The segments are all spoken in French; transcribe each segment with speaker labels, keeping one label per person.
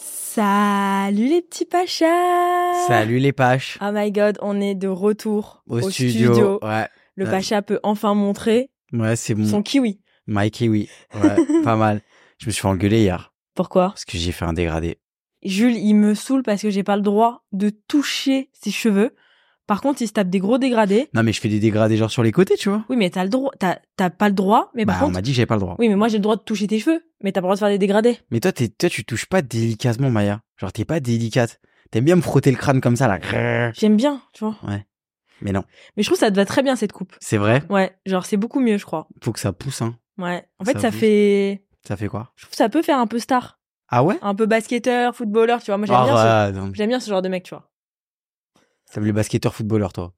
Speaker 1: Salut les petits pachas
Speaker 2: Salut les paches
Speaker 1: Oh my god, on est de retour
Speaker 2: au, studio. Oh, Ouais,
Speaker 1: Le
Speaker 2: Ouais.
Speaker 1: pacha peut enfin montrer
Speaker 2: ouais c'est bon.
Speaker 1: son kiwi.
Speaker 2: Mikey, oui. Ouais, pas mal. Je me suis fait engueuler hier
Speaker 1: Pourquoi
Speaker 2: parce que j'ai fait un dégradé.
Speaker 1: Jules, il me saoule parce que j'ai pas le droit de toucher ses cheveux. Par contre, il se tape des gros dégradés.
Speaker 2: Non, mais je fais des dégradés genre sur les côtés, tu vois.
Speaker 1: Oui, mais t'as le droit, t'as, t'as pas le droit, mais
Speaker 2: bah,
Speaker 1: par
Speaker 2: on
Speaker 1: contre.
Speaker 2: m'a dit que j'avais pas le droit.
Speaker 1: Oui, mais moi j'ai le droit de toucher tes cheveux, mais t'as pas le droit de faire des dégradés.
Speaker 2: Mais toi, t'es- toi, tu touches pas délicatement, Maya. Genre, t'es pas délicate. T'aimes bien me frotter le crâne comme ça, là. Grrr.
Speaker 1: J'aime bien, tu vois.
Speaker 2: Mais non,
Speaker 1: Mais je trouve que ça te va très bien cette coupe.
Speaker 2: c'est vrai.
Speaker 1: Ouais, genre c'est beaucoup mieux, je crois.
Speaker 2: Faut que ça pousse, hein.
Speaker 1: Ouais. En fait,
Speaker 2: Ça
Speaker 1: ça
Speaker 2: bouge.
Speaker 1: fait.
Speaker 2: Ça fait quoi
Speaker 1: Je trouve que ça peut faire un peu star.
Speaker 2: Ah ouais
Speaker 1: un peu basketteur, footballeur, tu vois. Moi, Ah,
Speaker 2: Ah,
Speaker 1: j'aime bien, ce...
Speaker 2: Arrête, non.
Speaker 1: j'aime bien ce genre de mec, tu vois.
Speaker 2: T'aimes les basketteurs footballeurs, toi.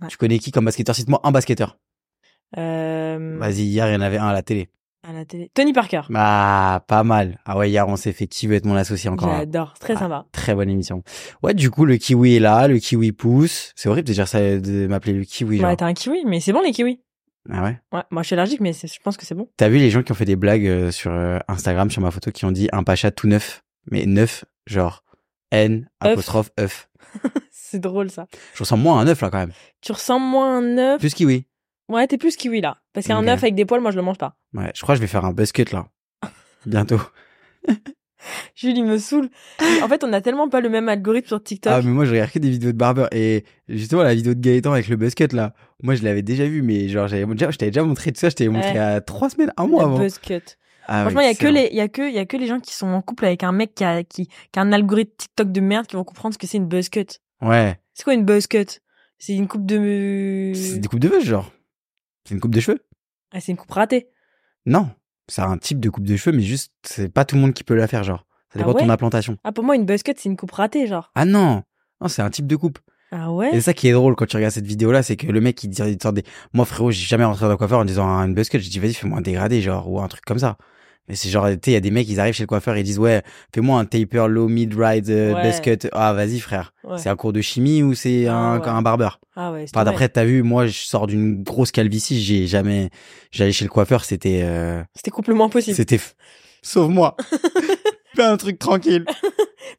Speaker 1: Ouais.
Speaker 2: Tu connais qui comme basketteur Cite-moi un basketteur.
Speaker 1: Euh,
Speaker 2: Vas-y, hier, il y en avait un à la télé.
Speaker 1: à la télé. Tony Parker.
Speaker 2: Ah, pas mal. Ah ouais, hier, on s'est fait qui veut être mon associé encore. là.
Speaker 1: J'adore, c'est très
Speaker 2: Ah.
Speaker 1: sympa.
Speaker 2: Très bonne émission. Ouais, du coup, le kiwi est là, le kiwi pousse. C'est horrible de dire ça, de m'appeler le kiwi. Genre.
Speaker 1: Ouais, t'as un kiwi, mais c'est bon les kiwis.
Speaker 2: ah ouais.
Speaker 1: Ouais, moi je suis allergique, mais c'est- je pense que c'est bon.
Speaker 2: T'as vu les gens qui ont fait des blagues euh, sur euh, Instagram, sur ma photo, qui ont dit un pacha tout neuf, mais neuf, genre N apostrophe œuf.
Speaker 1: C'est drôle ça.
Speaker 2: Je ressens moins à un œuf là quand même.
Speaker 1: Tu ressembles moins à un œuf.
Speaker 2: Plus kiwi.
Speaker 1: Ouais, t'es plus kiwi là. Parce qu'un
Speaker 2: Ok.
Speaker 1: œuf avec des poils, moi je le mange pas.
Speaker 2: Ouais, je crois que je vais faire un basket là. Bientôt.
Speaker 1: Julie me saoule. en fait, on a tellement pas le même algorithme sur TikTok.
Speaker 2: Ah mais moi je regarde que des vidéos de barbeur et justement la vidéo de Gaëtan avec le basket là, moi je l'avais déjà vu mais genre j'avais déjà, je t'avais déjà montré tout ça, je t'avais montré
Speaker 1: Ouais.
Speaker 2: à trois semaines, un mois
Speaker 1: Le
Speaker 2: avant.
Speaker 1: buzz cut.
Speaker 2: Ah,
Speaker 1: Franchement, il y a que
Speaker 2: excellent.
Speaker 1: les, il y a que, il y a que les gens qui sont en couple avec un mec qui a, qui, qui a un algorithme TikTok de merde qui vont comprendre ce que c'est une buzz cut.
Speaker 2: Ouais.
Speaker 1: C'est quoi une buzz cut C'est une coupe de.
Speaker 2: C'est des coupes de cheveux, genre. C'est une coupe de cheveux
Speaker 1: Ah, c'est une coupe ratée.
Speaker 2: Non. C'est un type de coupe de cheveux, mais juste, c'est pas tout le monde qui peut la faire, genre. Ça dépend
Speaker 1: Ah ouais
Speaker 2: de ton implantation.
Speaker 1: Ah, pour moi, une buzz cut, c'est une coupe ratée, genre.
Speaker 2: Ah non Non, c'est un type de coupe.
Speaker 1: Ah
Speaker 2: Et
Speaker 1: ouais
Speaker 2: c'est ça qui est drôle quand tu regardes cette vidéo-là, c'est que le mec, il dit, il sort des... Moi, frérot, j'ai jamais rentré dans un coiffeur en disant ah, une buzzcut. J'ai dit, vas-y, fais-moi un dégradé, genre, ou un truc comme ça. Mais c'est genre, tu sais, il y a des mecs, ils arrivent chez le coiffeur et ils disent, ouais, fais-moi un taper low mid-ride euh,
Speaker 1: Ouais.
Speaker 2: buzzcut. Ah, vas-y, frère.
Speaker 1: Ouais.
Speaker 2: C'est un cours de chimie ou c'est
Speaker 1: Ah
Speaker 2: un,
Speaker 1: ouais.
Speaker 2: un barbeur
Speaker 1: Ah ouais, c'est
Speaker 2: Enfin,
Speaker 1: vrai.
Speaker 2: d'après, t'as vu, moi, je sors d'une grosse calvitie. J'ai jamais, j'allais chez le coiffeur, c'était, euh,
Speaker 1: C'était complètement impossible.
Speaker 2: c'était, f- sauve-moi. Fais un truc tranquille.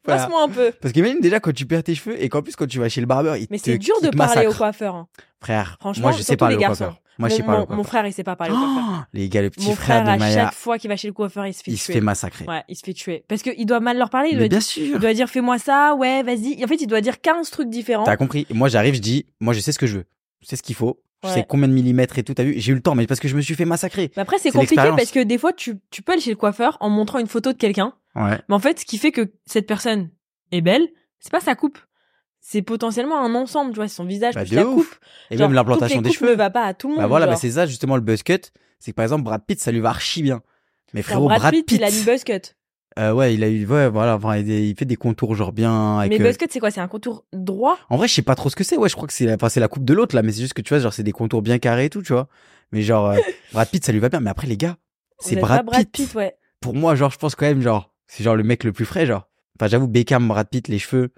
Speaker 2: Voilà.
Speaker 1: Passe-moi un peu.
Speaker 2: Parce que même déjà quand tu perds tes cheveux et qu'en plus quand tu vas chez le barbeur, il
Speaker 1: Mais
Speaker 2: te-
Speaker 1: c'est dur de
Speaker 2: il te
Speaker 1: parler au
Speaker 2: massacre.
Speaker 1: coiffeur. hein.
Speaker 2: Frère,
Speaker 1: Franchement,
Speaker 2: moi je sais
Speaker 1: surtout
Speaker 2: pas
Speaker 1: les
Speaker 2: le
Speaker 1: garçons.
Speaker 2: coiffeur. Moi je
Speaker 1: mon,
Speaker 2: sais pas le
Speaker 1: mon- mon
Speaker 2: coiffeur.
Speaker 1: frère, il sait pas parler au coiffeur.
Speaker 2: Oh, les gars, le petit
Speaker 1: Mon
Speaker 2: frère,
Speaker 1: frère,
Speaker 2: de
Speaker 1: à
Speaker 2: Maya,
Speaker 1: chaque fois qu'il va chez le coiffeur, il se fait
Speaker 2: il se
Speaker 1: tuer.
Speaker 2: fait massacrer.
Speaker 1: ouais, il se fait tuer. Parce qu'il doit mal leur parler. Il doit,
Speaker 2: Mais bien
Speaker 1: dire, il
Speaker 2: sûr.
Speaker 1: doit dire fais-moi ça, ouais, vas-y. En fait, il doit dire 15 trucs différents.
Speaker 2: T'as compris Moi j'arrive, je dis, moi je sais ce que je veux, je sais ce qu'il faut, je
Speaker 1: Ouais.
Speaker 2: sais combien de millimètres et tout. T'as vu J'ai eu le temps, mais parce que je me suis fait massacrer.
Speaker 1: Mais après, c'est
Speaker 2: C'est
Speaker 1: compliqué
Speaker 2: l'expérience.
Speaker 1: parce que des fois, tu, tu peux aller chez le coiffeur en montrant une photo de quelqu'un.
Speaker 2: Ouais.
Speaker 1: Mais en fait, ce qui fait que cette personne est belle, c'est pas sa coupe. C'est potentiellement un ensemble, tu vois, son visage
Speaker 2: Bah,
Speaker 1: plus
Speaker 2: de
Speaker 1: la
Speaker 2: ouf.
Speaker 1: coupe.
Speaker 2: Et
Speaker 1: Genre,
Speaker 2: même l'implantation
Speaker 1: toutes les
Speaker 2: des
Speaker 1: coupes
Speaker 2: cheveux.
Speaker 1: ne va pas à tout le monde.
Speaker 2: Bah voilà,
Speaker 1: genre.
Speaker 2: bah c'est ça justement le buzz cut. C'est que par exemple Brad Pitt, ça lui va archi bien. Mais
Speaker 1: Genre,
Speaker 2: frérot, Brad, Pitt,
Speaker 1: il a une buzz cut.
Speaker 2: euh, ouais, il a eu, ouais, voilà, enfin, il, il fait des contours genre bien. Avec,
Speaker 1: Mais
Speaker 2: euh,
Speaker 1: buzz cut, c'est quoi C'est un contour droit
Speaker 2: En vrai, je sais pas trop ce que c'est. Ouais, je crois que c'est, la- enfin, c'est la coupe de l'autre là, mais c'est juste que tu vois, genre c'est des contours bien carrés et tout, tu vois. Mais genre euh, Brad Pitt, ça lui va bien. Mais après les gars, c'est
Speaker 1: Vous êtes
Speaker 2: Brad,
Speaker 1: pas Brad
Speaker 2: Pitt.
Speaker 1: Pitt, ouais.
Speaker 2: Pour moi, genre, je pense quand même genre, c'est genre le mec le plus frais, genre. Enfin, j'avoue, Beckham, Brad Pitt, les cheveux.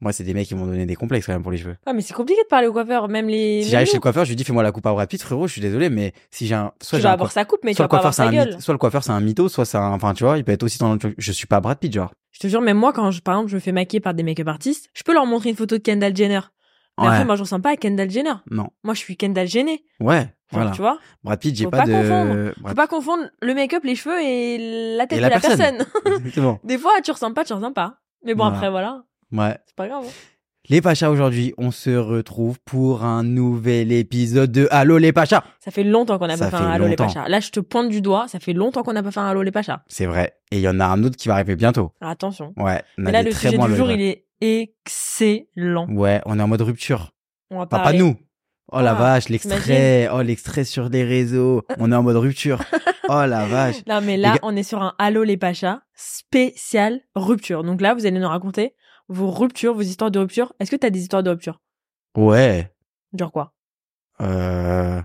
Speaker 2: Moi, c'est des mecs qui m'ont donné des complexes quand même pour les cheveux.
Speaker 1: Ouais, mais c'est compliqué de parler au coiffeur, même les.
Speaker 2: si
Speaker 1: même
Speaker 2: j'arrive chez
Speaker 1: nous.
Speaker 2: le coiffeur, je lui dis fais-moi la coupe à Brad Pitt, frérot. Je suis désolé, mais si j'ai un, soit
Speaker 1: tu
Speaker 2: j'ai
Speaker 1: vas
Speaker 2: un
Speaker 1: avoir sa coupe, mais tu vas
Speaker 2: soit le
Speaker 1: pas avoir
Speaker 2: coiffeur c'est
Speaker 1: sa
Speaker 2: un
Speaker 1: gueule.
Speaker 2: mythe- soit le coiffeur c'est un mytho soit c'est un enfin tu vois il peut être aussi dans le... je suis pas Brad Pitt genre
Speaker 1: Je te jure, même moi, quand je, par exemple, je me fais maquiller par des make-up artistes, je peux leur montrer une photo de Kendall Jenner. Mais
Speaker 2: ouais
Speaker 1: après, moi, je ressemble pas à Kendall Jenner.
Speaker 2: non
Speaker 1: Moi, je suis Kendall Jenner.
Speaker 2: ouais
Speaker 1: Genre,
Speaker 2: voilà
Speaker 1: Tu vois
Speaker 2: Brad Pitt j'ai
Speaker 1: Faut
Speaker 2: pas,
Speaker 1: pas
Speaker 2: de
Speaker 1: confondre.
Speaker 2: Brad-
Speaker 1: Faut pas confondre le make-up, les cheveux et la tête
Speaker 2: Et
Speaker 1: de
Speaker 2: la
Speaker 1: la
Speaker 2: personne.
Speaker 1: personne.
Speaker 2: exactement
Speaker 1: Des fois, tu ressembles pas, tu ressembles pas. Mais bon,
Speaker 2: Voilà.
Speaker 1: après, voilà.
Speaker 2: ouais
Speaker 1: C'est pas grave. hein.
Speaker 2: les Pachas aujourd'hui on se retrouve pour un nouvel épisode de Allô les Pachas
Speaker 1: Ça fait longtemps qu'on n'a pas
Speaker 2: Ça
Speaker 1: fait
Speaker 2: fait
Speaker 1: un Halo les
Speaker 2: longtemps.
Speaker 1: Pachas. Là, je te pointe du doigt. Ça fait longtemps qu'on n'a pas fait un Halo les Pachas.
Speaker 2: c'est vrai et il y en a un autre qui va arriver bientôt
Speaker 1: Alors, attention.
Speaker 2: ouais on
Speaker 1: Mais
Speaker 2: a
Speaker 1: là,
Speaker 2: des
Speaker 1: le
Speaker 2: très
Speaker 1: sujet
Speaker 2: bons
Speaker 1: du
Speaker 2: Allo
Speaker 1: jour,
Speaker 2: les
Speaker 1: il est excellent.
Speaker 2: Pachas. ouais on est en mode rupture
Speaker 1: On va
Speaker 2: Enfin, pas
Speaker 1: parler-
Speaker 2: nous Oh la
Speaker 1: Ah,
Speaker 2: vache, l'extrait. Oh, l'extrait sur les réseaux. On est en mode rupture. oh la vache.
Speaker 1: Non, mais là,
Speaker 2: gars-
Speaker 1: on est sur un Allô les Pachas spécial rupture. Donc là, vous allez nous raconter vos ruptures, vos histoires de rupture. Est-ce que t'as des histoires de rupture
Speaker 2: Ouais.
Speaker 1: Genre quoi
Speaker 2: Euh...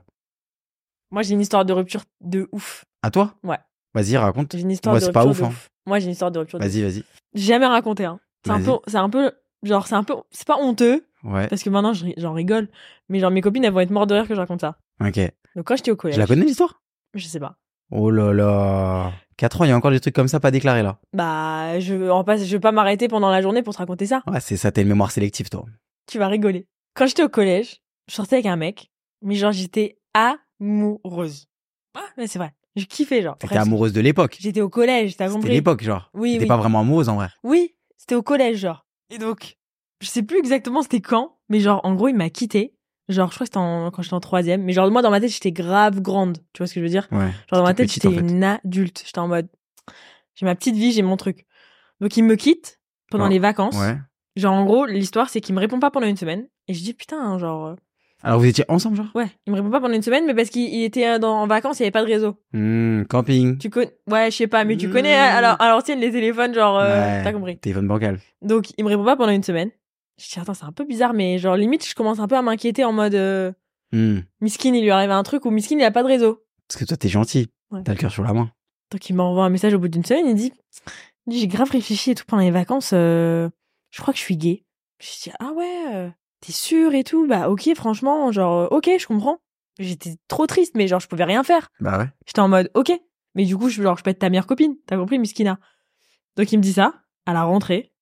Speaker 1: Moi, j'ai une histoire de rupture de ouf.
Speaker 2: À toi
Speaker 1: Ouais.
Speaker 2: Vas-y, raconte.
Speaker 1: J'ai une histoire
Speaker 2: Moi,
Speaker 1: de
Speaker 2: c'est
Speaker 1: rupture.
Speaker 2: pas
Speaker 1: de
Speaker 2: ouf, hein.
Speaker 1: Moi, j'ai une histoire de rupture de ouf.
Speaker 2: Vas-y, vas-y.
Speaker 1: J'ai Jamais raconté, hein. C'est un
Speaker 2: Vas-y.
Speaker 1: peu, c'est un peu, genre, c'est un peu, c'est pas honteux,
Speaker 2: Ouais.
Speaker 1: parce que maintenant, je ri- j'en rigole. Mais genre, mes copines, elles vont être mortes de rire que je raconte ça.
Speaker 2: Ok.
Speaker 1: Donc quand j'étais au collège.
Speaker 2: Je la connais l'histoire
Speaker 1: Je sais pas.
Speaker 2: Oh là là. 4 ans, il y a encore des trucs comme ça pas déclarés là.
Speaker 1: Bah, je veux, en pas- je veux pas m'arrêter pendant la journée pour te raconter ça.
Speaker 2: Ouais, c'est ça, t'as une mémoire sélective, toi.
Speaker 1: Tu vas rigoler. Quand j'étais au collège, je sortais avec un mec, mais genre j'étais amoureuse. Ah, mais c'est vrai. Je kiffais genre.
Speaker 2: T'étais
Speaker 1: Bref,
Speaker 2: amoureuse de l'époque.
Speaker 1: J'étais au collège, t'as
Speaker 2: C'était
Speaker 1: compris.
Speaker 2: l'époque, genre.
Speaker 1: Oui,
Speaker 2: T'étais
Speaker 1: oui.
Speaker 2: pas vraiment amoureuse en vrai.
Speaker 1: Oui, c'était au collège genre. Et donc, je sais plus exactement c'était quand, mais genre en gros il m'a quitté. Genre je crois que c'était en- quand j'étais en troisième, mais genre moi dans ma tête j'étais grave grande. Tu vois ce que je veux dire
Speaker 2: Ouais.
Speaker 1: Genre dans ma tête,
Speaker 2: Petite, en
Speaker 1: j'étais
Speaker 2: fait.
Speaker 1: une adulte. J'étais en mode, j'ai ma petite vie, j'ai mon truc. Donc il me quitte pendant
Speaker 2: Oh,
Speaker 1: les vacances.
Speaker 2: Ouais.
Speaker 1: Genre en gros, l'histoire c'est qu'il me répond pas pendant une semaine. Et je dis putain, genre euh,
Speaker 2: Alors vous étiez ensemble, genre
Speaker 1: ouais, il me répond pas pendant une semaine, mais parce qu'il il était euh, dans, en vacances, il y avait pas de réseau.
Speaker 2: Hmm, Camping.
Speaker 1: Tu connais, ouais, je sais pas, mais tu
Speaker 2: Mm.
Speaker 1: connais euh, à alors à l'ancienne les téléphones, genre euh,
Speaker 2: Ouais.
Speaker 1: t'as compris.
Speaker 2: Téléphone bancal.
Speaker 1: Donc il me répond pas pendant une semaine. Je dis attends, c'est un peu bizarre, mais genre limite je commence un peu à m'inquiéter en mode euh,
Speaker 2: Hmm.
Speaker 1: Miskin, il lui arrive un truc ou Miskin il a pas de réseau.
Speaker 2: Parce que toi, t'es gentil.
Speaker 1: Ouais.
Speaker 2: T'as le cœur sur la main.
Speaker 1: Donc il m'envoie un message au bout d'une semaine, il dit il dit, J'ai grave réfléchi et tout pendant les vacances, euh, je crois que je suis gay. Je dis Ah ouais, euh, t'es sûr et tout Bah ok, franchement, genre euh, ok, je comprends. J'étais trop triste, mais genre je pouvais rien faire.
Speaker 2: Bah ouais.
Speaker 1: J'étais en mode ok, mais du coup, je, genre, je peux être ta meilleure copine, t'as compris, Miskina Donc il me dit ça, à la rentrée,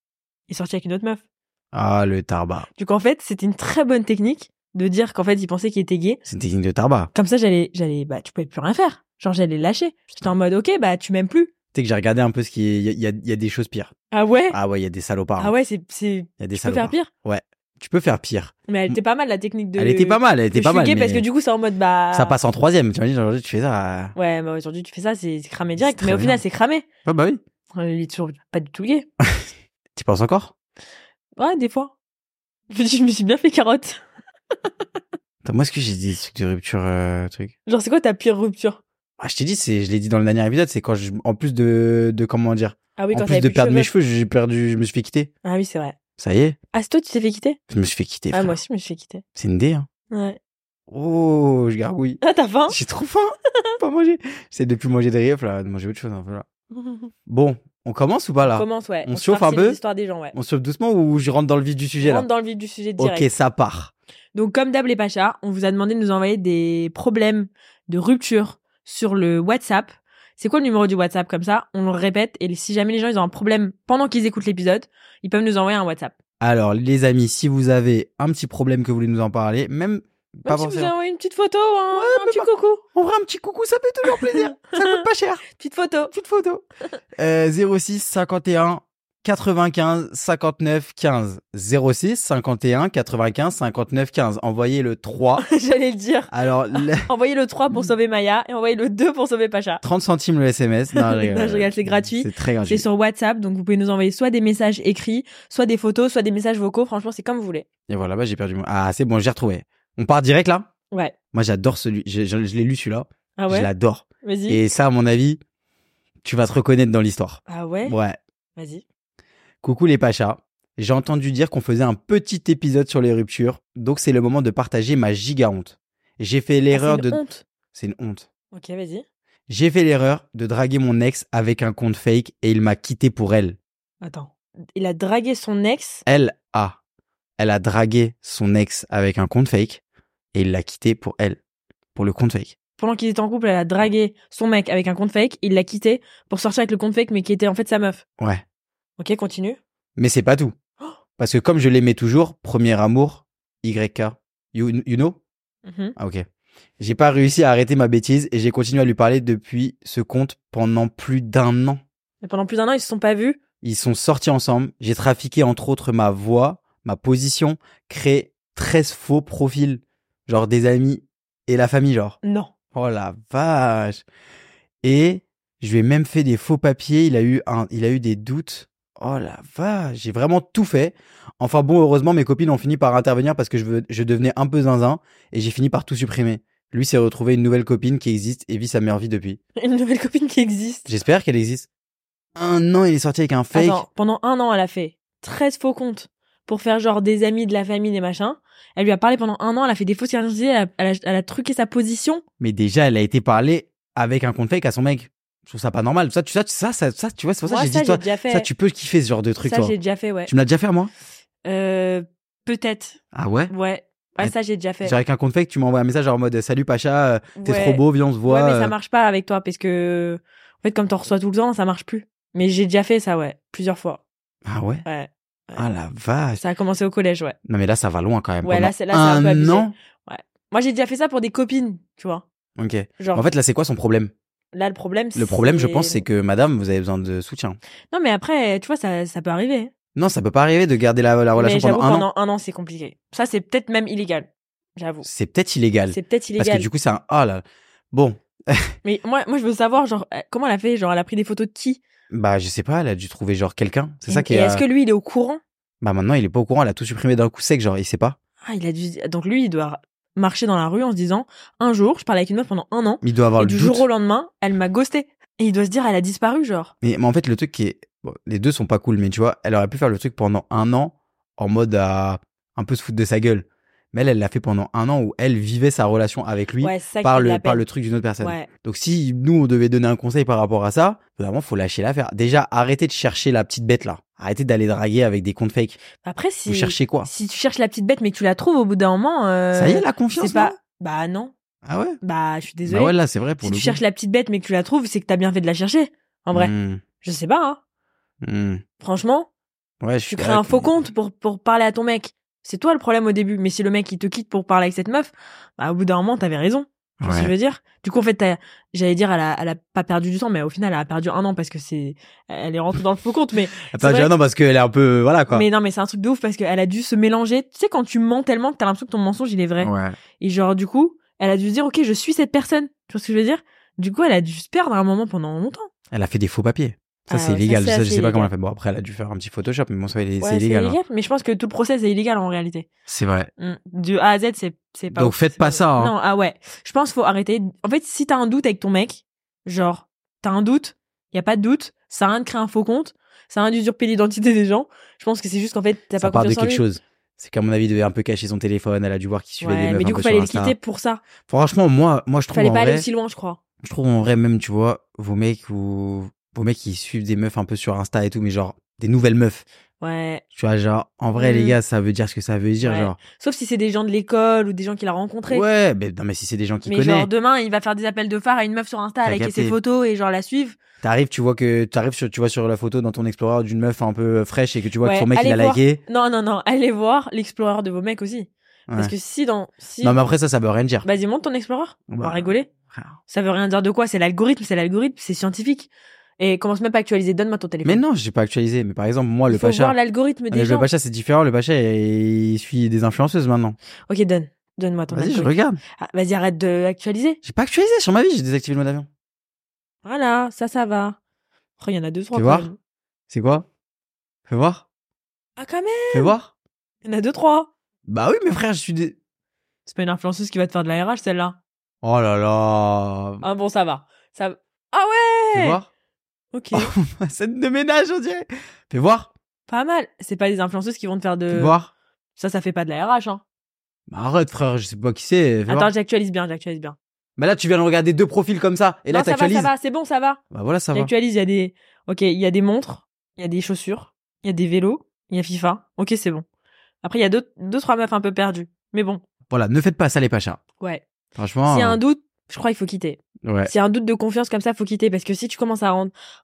Speaker 1: il est sorti avec une autre meuf.
Speaker 2: Ah, le tarba.
Speaker 1: Donc en fait, c'était une très bonne technique de dire qu'en fait, il pensait qu'il était gay
Speaker 2: C'est une technique de tarba.
Speaker 1: comme ça, j'allais, j'allais, bah, tu pouvais plus rien faire. Genre, j'allais lâcher. J'étais en mode, ok, bah, tu m'aimes plus.
Speaker 2: Tu sais que j'ai regardé un peu ce qui est. Il y a- il y, a- il y a des choses pires.
Speaker 1: Ah ouais?
Speaker 2: Ah ouais, il y a des salopards.
Speaker 1: Ah ouais, c'est, c'est,
Speaker 2: Il y a des
Speaker 1: tu peux faire
Speaker 2: salopards.
Speaker 1: pire.
Speaker 2: Tu peux faire pire.
Speaker 1: Mais elle était pas mal, la technique de.
Speaker 2: Elle était pas mal, elle
Speaker 1: de
Speaker 2: était pas mal.
Speaker 1: chuguer, parce
Speaker 2: mais
Speaker 1: que du coup, c'est en mode, bah.
Speaker 2: Ça passe en troisième. Tu imagines, aujourd'hui, tu fais ça. euh,
Speaker 1: Ouais, mais aujourd'hui, tu fais ça, c'est c'est cramé direct.
Speaker 2: C'est
Speaker 1: Mais
Speaker 2: très
Speaker 1: au final,
Speaker 2: bien.
Speaker 1: c'est cramé.
Speaker 2: Ah bah oui.
Speaker 1: Euh, Il est toujours pas du tout gay.
Speaker 2: Tu penses encore
Speaker 1: Ouais, des fois. Je me suis- je me suis bien fait carotte.
Speaker 2: Attends, moi, est-ce que j'ai dit des trucs de rupture, euh, truc
Speaker 1: Genre, c'est quoi ta pire rupture?
Speaker 2: Ah, je t'ai dit, c'est, je l'ai dit dans le dernier épisode, c'est quand je, en plus de, de comment dire,
Speaker 1: Ah oui,
Speaker 2: en
Speaker 1: quand
Speaker 2: plus
Speaker 1: t'avais
Speaker 2: de
Speaker 1: plus
Speaker 2: perdre mes cheveux, j'ai perdu, je me suis fait quitter.
Speaker 1: Ah oui, c'est vrai.
Speaker 2: Ça y est,
Speaker 1: Ah, c'est toi, tu t'es fait quitter?
Speaker 2: je me suis fait quitter.
Speaker 1: Ah,
Speaker 2: frère.
Speaker 1: moi aussi, je me suis fait quitter.
Speaker 2: C'est une dé, hein.
Speaker 1: Ouais.
Speaker 2: Oh, je gargouille.
Speaker 1: Ah, t'as faim?
Speaker 2: J'ai trop faim. pas manger. J'essaie de plus manger des rires, là, de manger autre chose, un peu, là. Bon, on commence ou pas, là?
Speaker 1: Commence, ouais.
Speaker 2: Ah. On
Speaker 1: se
Speaker 2: chauffe un
Speaker 1: farcit les
Speaker 2: peu
Speaker 1: histoires des gens, ouais.
Speaker 2: On se chauffe doucement ou je rentre dans le vif du sujet,
Speaker 1: On
Speaker 2: là?
Speaker 1: rentre dans le vif du sujet direct.
Speaker 2: Ok, ça part.
Speaker 1: Donc, comme d'hab les Pachas, on vous a demandé de nous envoyer des problèmes de rupture sur le WhatsApp. C'est quoi le numéro du WhatsApp Comme ça, on le répète. Et si jamais les gens ils ont un problème pendant qu'ils écoutent l'épisode, ils peuvent nous envoyer un WhatsApp.
Speaker 2: Alors, les amis, si vous avez un petit problème que vous voulez nous en parler, même, pas
Speaker 1: Même si vous
Speaker 2: forcément.
Speaker 1: avez envoyé une petite photo, un, un petit coucou.
Speaker 2: On fera un petit coucou, ça fait toujours plaisir. ça coûte pas cher.
Speaker 1: Petite photo.
Speaker 2: Petite photo. Euh, 06 51 95 59 15. 06 51 95 59 15. Envoyez le 3.
Speaker 1: J'allais le dire.
Speaker 2: Alors, le-
Speaker 1: Envoyez le 3
Speaker 2: Mm.
Speaker 1: pour sauver Maya et envoyez le 2 pour sauver Pacha.
Speaker 2: 30 centimes le SMS. Non,
Speaker 1: Non, je rigole, c'est gratuit.
Speaker 2: C'est très gratuit.
Speaker 1: C'est sur WhatsApp, donc vous pouvez nous envoyer soit des messages écrits, soit des photos, soit des messages vocaux. Franchement, c'est comme vous voulez.
Speaker 2: Et voilà, bah, j'ai perdu mon. Ah, c'est bon, j'ai retrouvé. On part direct là
Speaker 1: Ouais.
Speaker 2: Moi, j'adore celui. Je, je- je l'ai lu celui-là.
Speaker 1: Ah
Speaker 2: Je
Speaker 1: ouais
Speaker 2: l'adore.
Speaker 1: Vas-y.
Speaker 2: Et ça, à mon avis, tu vas te reconnaître dans l'histoire.
Speaker 1: Ah ouais
Speaker 2: Ouais.
Speaker 1: Vas-y.
Speaker 2: Coucou les Pachas. J'ai entendu dire qu'on faisait un petit épisode sur les ruptures, donc c'est le moment de partager ma giga honte. J'ai fait l'erreur
Speaker 1: Ah, c'est
Speaker 2: de.
Speaker 1: une honte.
Speaker 2: C'est une honte.
Speaker 1: Ok, vas-y.
Speaker 2: J'ai fait l'erreur de draguer mon ex avec un compte fake et il m'a quitté pour elle.
Speaker 1: Attends. Il a dragué son ex.
Speaker 2: Elle a. Elle a dragué son ex avec un compte fake et il l'a quitté pour elle. Pour le compte fake.
Speaker 1: Pendant qu'il était en couple, elle a dragué son mec avec un compte fake. Il l'a quitté pour sortir avec le compte fake, mais qui était en fait sa meuf.
Speaker 2: Ouais.
Speaker 1: Ok, continue.
Speaker 2: Mais c'est pas tout.
Speaker 1: Oh
Speaker 2: Parce que comme je l'aimais toujours, premier amour, YK. You, you know?
Speaker 1: Mhm.
Speaker 2: Ah ok. J'ai pas réussi à arrêter ma bêtise et j'ai continué à lui parler depuis ce compte pendant plus d'un an.
Speaker 1: Et pendant plus d'un an, ils se sont pas vus.
Speaker 2: Ils sont sortis ensemble. J'ai trafiqué entre autres ma voix, ma position, créé 13 faux profils, genre des amis et la famille, genre.
Speaker 1: Non.
Speaker 2: Oh la vache. Et je lui ai même fait des faux papiers. Il a eu un, il a eu des doutes. oh la vache, j'ai vraiment tout fait. Enfin bon, heureusement, mes copines ont fini par intervenir parce que je, veux- je devenais un peu zinzin et j'ai fini par tout supprimer. Lui s'est retrouvé une nouvelle copine qui existe et vit sa meilleure vie depuis.
Speaker 1: Une nouvelle copine qui existe.
Speaker 2: J'espère qu'elle existe. Un an, il est sorti avec un fake.
Speaker 1: Attends, pendant un an, elle a fait 13 faux comptes pour faire genre des amis de la famille, des machins. Elle lui a parlé pendant un an, elle a fait des fausses identités, elle a, elle a- elle a truqué sa position.
Speaker 2: Mais déjà, elle a été parlée avec un compte fake à son mec. Je trouve ça pas normal. Ça, tu, ça, tu- ça, ça, ça, tu vois, c'est pour ça
Speaker 1: Moi,
Speaker 2: que j'ai dit, toi,
Speaker 1: déjà fait.
Speaker 2: ça, tu peux kiffer ce genre de truc,
Speaker 1: Ça,
Speaker 2: toi.
Speaker 1: j'ai déjà fait, ouais.
Speaker 2: Tu me l'as déjà fait, moi
Speaker 1: Euh, peut-être.
Speaker 2: Ah ouais
Speaker 1: Ouais. Ouais,
Speaker 2: Mais-
Speaker 1: ça, j'ai déjà fait.
Speaker 2: Genre, avec un compte fake, tu m'envoies un message genre en mode Salut Pacha, euh, t'es
Speaker 1: Ouais.
Speaker 2: trop beau, viens, on se voit.
Speaker 1: Ouais, mais ça
Speaker 2: euh.
Speaker 1: marche pas avec toi parce que, en fait, comme t'en reçois tout le temps, ça marche plus. Mais j'ai déjà fait ça, ouais. Plusieurs fois.
Speaker 2: Ah ouais
Speaker 1: Ouais.
Speaker 2: Ah la vache.
Speaker 1: Ça a commencé au collège, ouais.
Speaker 2: Non, mais là, ça va loin quand même.
Speaker 1: Ouais,
Speaker 2: Pendant
Speaker 1: là, c'est- là, c'est un peu abusé.
Speaker 2: an
Speaker 1: Moi, j'ai déjà fait ça pour des copines, tu vois.
Speaker 2: Ok.
Speaker 1: Genre,
Speaker 2: En fait, là, c'est quoi son problème
Speaker 1: là, le problème,
Speaker 2: Le problème, je pense, c'est que madame, vous avez besoin de soutien.
Speaker 1: Non, mais après, tu vois, ça, ça peut arriver. hein.
Speaker 2: Non, ça peut pas arriver de garder la, la
Speaker 1: Mais
Speaker 2: relation
Speaker 1: j'avoue,
Speaker 2: pendant un an.
Speaker 1: pendant un an, c'est compliqué. Ça, c'est peut-être même illégal. J'avoue.
Speaker 2: C'est peut-être illégal.
Speaker 1: C'est peut-être
Speaker 2: Parce que
Speaker 1: illégal.
Speaker 2: du coup, c'est un. Ah là. Bon,
Speaker 1: Mais moi, moi, je veux savoir, genre, euh, comment elle a fait Genre, elle a pris des photos de qui
Speaker 2: bah, je sais pas, elle a dû trouver genre quelqu'un. C'est
Speaker 1: Et-
Speaker 2: ça qui
Speaker 1: Et
Speaker 2: est. euh,
Speaker 1: est-ce que lui, il est au courant
Speaker 2: Bah, maintenant, il est pas au courant, elle a tout supprimé d'un coup sec, genre, il sait pas.
Speaker 1: Ah, il a dû. Donc lui, il doit marcher dans la rue en se disant un jour, je parlais avec une meuf pendant un an,
Speaker 2: Il doit avoir
Speaker 1: et
Speaker 2: le
Speaker 1: du
Speaker 2: doute.
Speaker 1: jour au lendemain, elle m'a ghosté. Et il doit se dire, elle a disparu, genre.
Speaker 2: Mais, mais en fait, le truc qui est. bon, les deux sont pas cool, mais tu vois, elle aurait pu faire le truc pendant un an en mode à un peu se foutre de sa gueule. Mais elle, elle l'a fait pendant un an où elle vivait sa relation avec lui
Speaker 1: ouais, c'est ça qui
Speaker 2: par,
Speaker 1: fait de
Speaker 2: le,
Speaker 1: la
Speaker 2: par
Speaker 1: peine.
Speaker 2: le truc d'une autre personne.
Speaker 1: Ouais.
Speaker 2: Donc si nous, on devait donner un conseil par rapport à ça, vraiment, faut lâcher l'affaire. Déjà, arrêtez de chercher la petite bête là. Arrêtez d'aller draguer avec des comptes fake.
Speaker 1: Après,
Speaker 2: Vous
Speaker 1: si
Speaker 2: cherchez quoi
Speaker 1: si tu cherches la petite bête, mais que tu la trouves au bout d'un moment, euh,
Speaker 2: Ça y est, la
Speaker 1: c'est
Speaker 2: confiance
Speaker 1: pas.
Speaker 2: non
Speaker 1: Bah non.
Speaker 2: Ah ouais
Speaker 1: Bah, je suis
Speaker 2: Bah
Speaker 1: désolée.
Speaker 2: ouais, là, c'est vrai pour
Speaker 1: si
Speaker 2: le
Speaker 1: tu
Speaker 2: coup.
Speaker 1: cherches la petite bête, mais que tu la trouves, c'est que t'as bien fait de la chercher. En vrai,
Speaker 2: Hmm,
Speaker 1: je sais pas. Hein.
Speaker 2: hmm.
Speaker 1: Franchement,
Speaker 2: Ouais, je
Speaker 1: tu
Speaker 2: suis
Speaker 1: crées un
Speaker 2: avec-
Speaker 1: faux compte pour pour parler à ton mec. C'est toi le problème au début. Mais si le mec il te quitte pour parler avec cette meuf, bah au bout d'un moment, t'avais raison. Tu vois ce que je
Speaker 2: Ouais.
Speaker 1: veux dire Du coup, en fait, t'as- j'allais dire, elle a, elle a pas perdu du temps, mais au final, elle a perdu un an parce que c'est, elle est rentrée dans le faux compte. Mais,
Speaker 2: Attends,
Speaker 1: vrai
Speaker 2: déjà, non, parce qu'elle est un peu. Voilà quoi.
Speaker 1: mais non, mais c'est un truc de ouf parce qu'elle a dû se mélanger. Tu sais, quand tu mens tellement que t'as l'impression que ton mensonge il est vrai.
Speaker 2: Ouais.
Speaker 1: Et genre, du coup, elle a dû se dire, ok, je suis cette personne. Tu vois ce que je veux dire Du coup, elle a dû se perdre à un moment pendant longtemps.
Speaker 2: Elle a fait des faux papiers. Ça,
Speaker 1: Ah
Speaker 2: c'est
Speaker 1: ouais, ça,
Speaker 2: illégal.
Speaker 1: c'est
Speaker 2: Ça, je
Speaker 1: assez
Speaker 2: sais pas
Speaker 1: illégal.
Speaker 2: comment elle a fait. Bon, après, elle a dû faire un petit Photoshop, mais bon, ça, il est-
Speaker 1: Ouais,
Speaker 2: c'est illégal. hein.
Speaker 1: Mais je pense que tout le process est illégal en réalité.
Speaker 2: C'est vrai.
Speaker 1: Mm. De A à Z, c'est, c'est pas.
Speaker 2: Donc,
Speaker 1: ouf.
Speaker 2: faites pas ça, hein.
Speaker 1: Non, ah ouais. Je pense qu'il faut arrêter. En fait, si t'as un doute avec ton mec, genre, t'as un doute, y a pas de doute, ça a rien de créer un faux compte, ça a rien d'usurper l'identité des gens. Je pense que c'est juste qu'en fait, t'as
Speaker 2: Ça
Speaker 1: pas
Speaker 2: part de
Speaker 1: confiance en
Speaker 2: quelque
Speaker 1: lui.
Speaker 2: chose. C'est qu'à mon avis, il devait un peu cacher son téléphone. Elle a dû voir qu'il suivait
Speaker 1: Ouais,
Speaker 2: des meufs
Speaker 1: mais
Speaker 2: un
Speaker 1: du coup,
Speaker 2: peu
Speaker 1: fallait
Speaker 2: sur
Speaker 1: le
Speaker 2: Insta.
Speaker 1: quitter pour ça.
Speaker 2: Franchement, moi, moi, je trouve
Speaker 1: Fallait
Speaker 2: en
Speaker 1: pas aller
Speaker 2: vrai,
Speaker 1: aussi loin, je crois.
Speaker 2: je trouve en vrai même, tu vois, vos mecs ou vos mecs qui suivent des meufs un peu sur Insta et tout, mais genre des nouvelles meufs.
Speaker 1: Ouais.
Speaker 2: Tu vois, genre, en vrai, les
Speaker 1: Mhm.
Speaker 2: gars, ça veut dire ce que ça veut dire,
Speaker 1: Ouais.
Speaker 2: genre.
Speaker 1: Sauf si c'est des gens de l'école ou des gens qu'il a rencontrés.
Speaker 2: Ouais, mais non, mais si c'est des gens qui
Speaker 1: mais
Speaker 2: connaissent,
Speaker 1: genre, demain, il va faire des appels de phare à une meuf sur Insta,
Speaker 2: T'as
Speaker 1: liker
Speaker 2: capté.
Speaker 1: ses photos et genre la suivre.
Speaker 2: t'arrives, tu vois que t'arrives sur, tu vois sur la photo dans ton explorer d'une meuf un peu fraîche et que tu vois
Speaker 1: Ouais,
Speaker 2: que son mec il
Speaker 1: allez
Speaker 2: a
Speaker 1: voir.
Speaker 2: liké.
Speaker 1: Non, non, non. Allez voir l'explorer de vos mecs aussi. Parce
Speaker 2: Ouais.
Speaker 1: que si dans. Si...
Speaker 2: Non, mais après ça, ça veut rien dire.
Speaker 1: Vas-y, monte ton explorer. On va
Speaker 2: Bah,
Speaker 1: rigoler. Ça veut rien dire de quoi. C'est l'algorithme, c'est l'algorithme, c'est scientifique. Et commence même pas à actualiser. Donne-moi ton téléphone.
Speaker 2: Mais non, j'ai pas actualisé. Mais par exemple, moi,
Speaker 1: Il
Speaker 2: le
Speaker 1: faut
Speaker 2: pacha,
Speaker 1: voir l'algorithme des
Speaker 2: le
Speaker 1: gens.
Speaker 2: pacha, c'est différent. Le pacha, il suit des influenceuses maintenant.
Speaker 1: Ok, donne. Donne-moi ton
Speaker 2: Vas-y, je
Speaker 1: algorithme.
Speaker 2: regarde.
Speaker 1: Ah, Vas-y, arrête d'actualiser.
Speaker 2: J'ai pas actualisé sur ma vie. J'ai désactivé le mode avion.
Speaker 1: Voilà, ça, ça va. Oh, il y en a deux, trois.
Speaker 2: Fais
Speaker 1: quand
Speaker 2: voir.
Speaker 1: même.
Speaker 2: C'est quoi Fais voir.
Speaker 1: Ah, quand même.
Speaker 2: Fais voir.
Speaker 1: Il y en a deux, trois.
Speaker 2: Bah oui, mais frère, je suis des.
Speaker 1: C'est pas une influenceuse qui va te faire de la RH, celle-là.
Speaker 2: Oh là là.
Speaker 1: Ah bon, ça va. Ça... va. Ah ouais
Speaker 2: Fais voir.
Speaker 1: Ok,
Speaker 2: Scène de ménage, on dirait. Fais voir.
Speaker 1: pas mal. C'est pas des influenceuses qui vont te faire
Speaker 2: Fais
Speaker 1: de...
Speaker 2: voir.
Speaker 1: Ça, ça fait pas de la RH, hein.
Speaker 2: Bah arrête, frère, je sais pas qui c'est. Fais voir.
Speaker 1: Attends, j'actualise bien, j'actualise bien.
Speaker 2: Bah là, tu viens de regarder deux profils comme ça. Et là,
Speaker 1: non, ça va, ça
Speaker 2: t'actualises.
Speaker 1: va, c'est bon, ça va.
Speaker 2: Bah voilà, ça va.
Speaker 1: J'actualise, il y a des... Ok, il y a des montres, il y a des chaussures, il y a des vélos, il y a FIFA. Ok, c'est bon. Après, il y a deux, deux, trois meufs un peu perdues. Mais bon,
Speaker 2: Voilà, ne faites pas ça, les pachas.
Speaker 1: ouais.
Speaker 2: Franchement.
Speaker 1: S'il y a un
Speaker 2: euh,
Speaker 1: doute, je crois qu'il faut quitter.
Speaker 2: Ouais.
Speaker 1: S'il y a un doute de confiance comme ça, faut quitter. Parce que si tu commences à,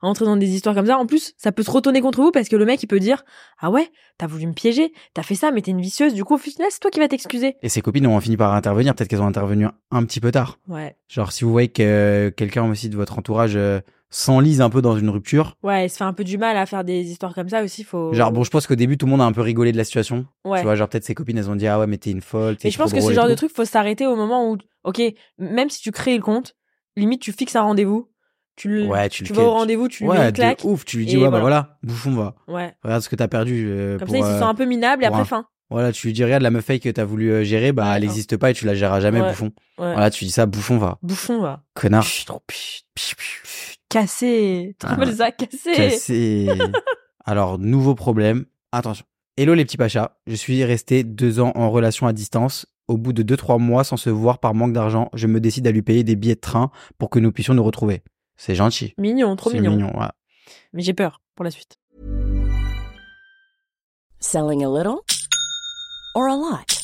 Speaker 1: rentrer dans des histoires comme ça, en plus, ça peut se retourner contre vous parce que le mec, il peut dire Ah ouais, t'as voulu me piéger, t'as fait ça, mais t'es une vicieuse. Du coup, au final, c'est toi qui vas t'excuser.
Speaker 2: Et ses copines ont fini par intervenir. Peut-être qu'elles ont intervenu un petit peu tard.
Speaker 1: Ouais.
Speaker 2: Genre, si vous voyez que euh, quelqu'un aussi de votre entourage euh, s'enlise un peu dans une rupture.
Speaker 1: Ouais, il se fait un peu du mal à faire des histoires comme ça aussi. Faut...
Speaker 2: Genre, bon, je pense qu'au début, tout le monde a un peu rigolé de la situation.
Speaker 1: ouais.
Speaker 2: Tu vois, genre, peut-être ses copines, elles ont dit, ah ouais, mais t'es une folle. t'es
Speaker 1: Mais je pense
Speaker 2: trop
Speaker 1: que ce
Speaker 2: drôle et
Speaker 1: genre de
Speaker 2: tout.
Speaker 1: truc, faut s'arrêter au moment où, ok, même si tu crées le compte, limite tu fixes un rendez-vous, Tu, le-
Speaker 2: Ouais, tu
Speaker 1: tu,
Speaker 2: le
Speaker 1: vas
Speaker 2: quittes.
Speaker 1: au rendez-vous, tu lui mets
Speaker 2: ouais,
Speaker 1: une claque.
Speaker 2: de ouf. Tu lui
Speaker 1: et
Speaker 2: dis, ouais, bah
Speaker 1: voilà.
Speaker 2: voilà, bouffon, va.
Speaker 1: Ouais.
Speaker 2: Regarde ce que t'as perdu. euh,
Speaker 1: Comme
Speaker 2: pour,
Speaker 1: ça, ils se
Speaker 2: euh,
Speaker 1: sont un peu minables et
Speaker 2: pour
Speaker 1: après,
Speaker 2: un-
Speaker 1: fin.
Speaker 2: Voilà, tu lui dis, regarde, la meuf fake que t'as voulu euh, gérer, bah, elle
Speaker 1: Ouais.
Speaker 2: n'existe pas et tu la géreras jamais,
Speaker 1: Ouais.
Speaker 2: bouffon.
Speaker 1: Ouais.
Speaker 2: Voilà, tu dis ça, bouffon, va.
Speaker 1: Bouffon, va.
Speaker 2: Connard.
Speaker 1: Pfff, trop pfff, pfff, pfff. Cassé. Trop
Speaker 2: Ah
Speaker 1: mal
Speaker 2: ouais.
Speaker 1: ça, cassé.
Speaker 2: Cassé. Alors, nouveau problème. Attention. Hello les petits pachas. Je suis resté deux ans en relation à distance. Au bout de deux, trois mois sans se voir par manque d'argent, je me décide à lui payer des billets de train pour que nous puissions nous retrouver. C'est gentil.
Speaker 1: Mignon, trop
Speaker 2: C'est
Speaker 1: mignon.
Speaker 2: ouais.
Speaker 1: Mais j'ai peur pour la suite.
Speaker 3: Selling a little or a lot?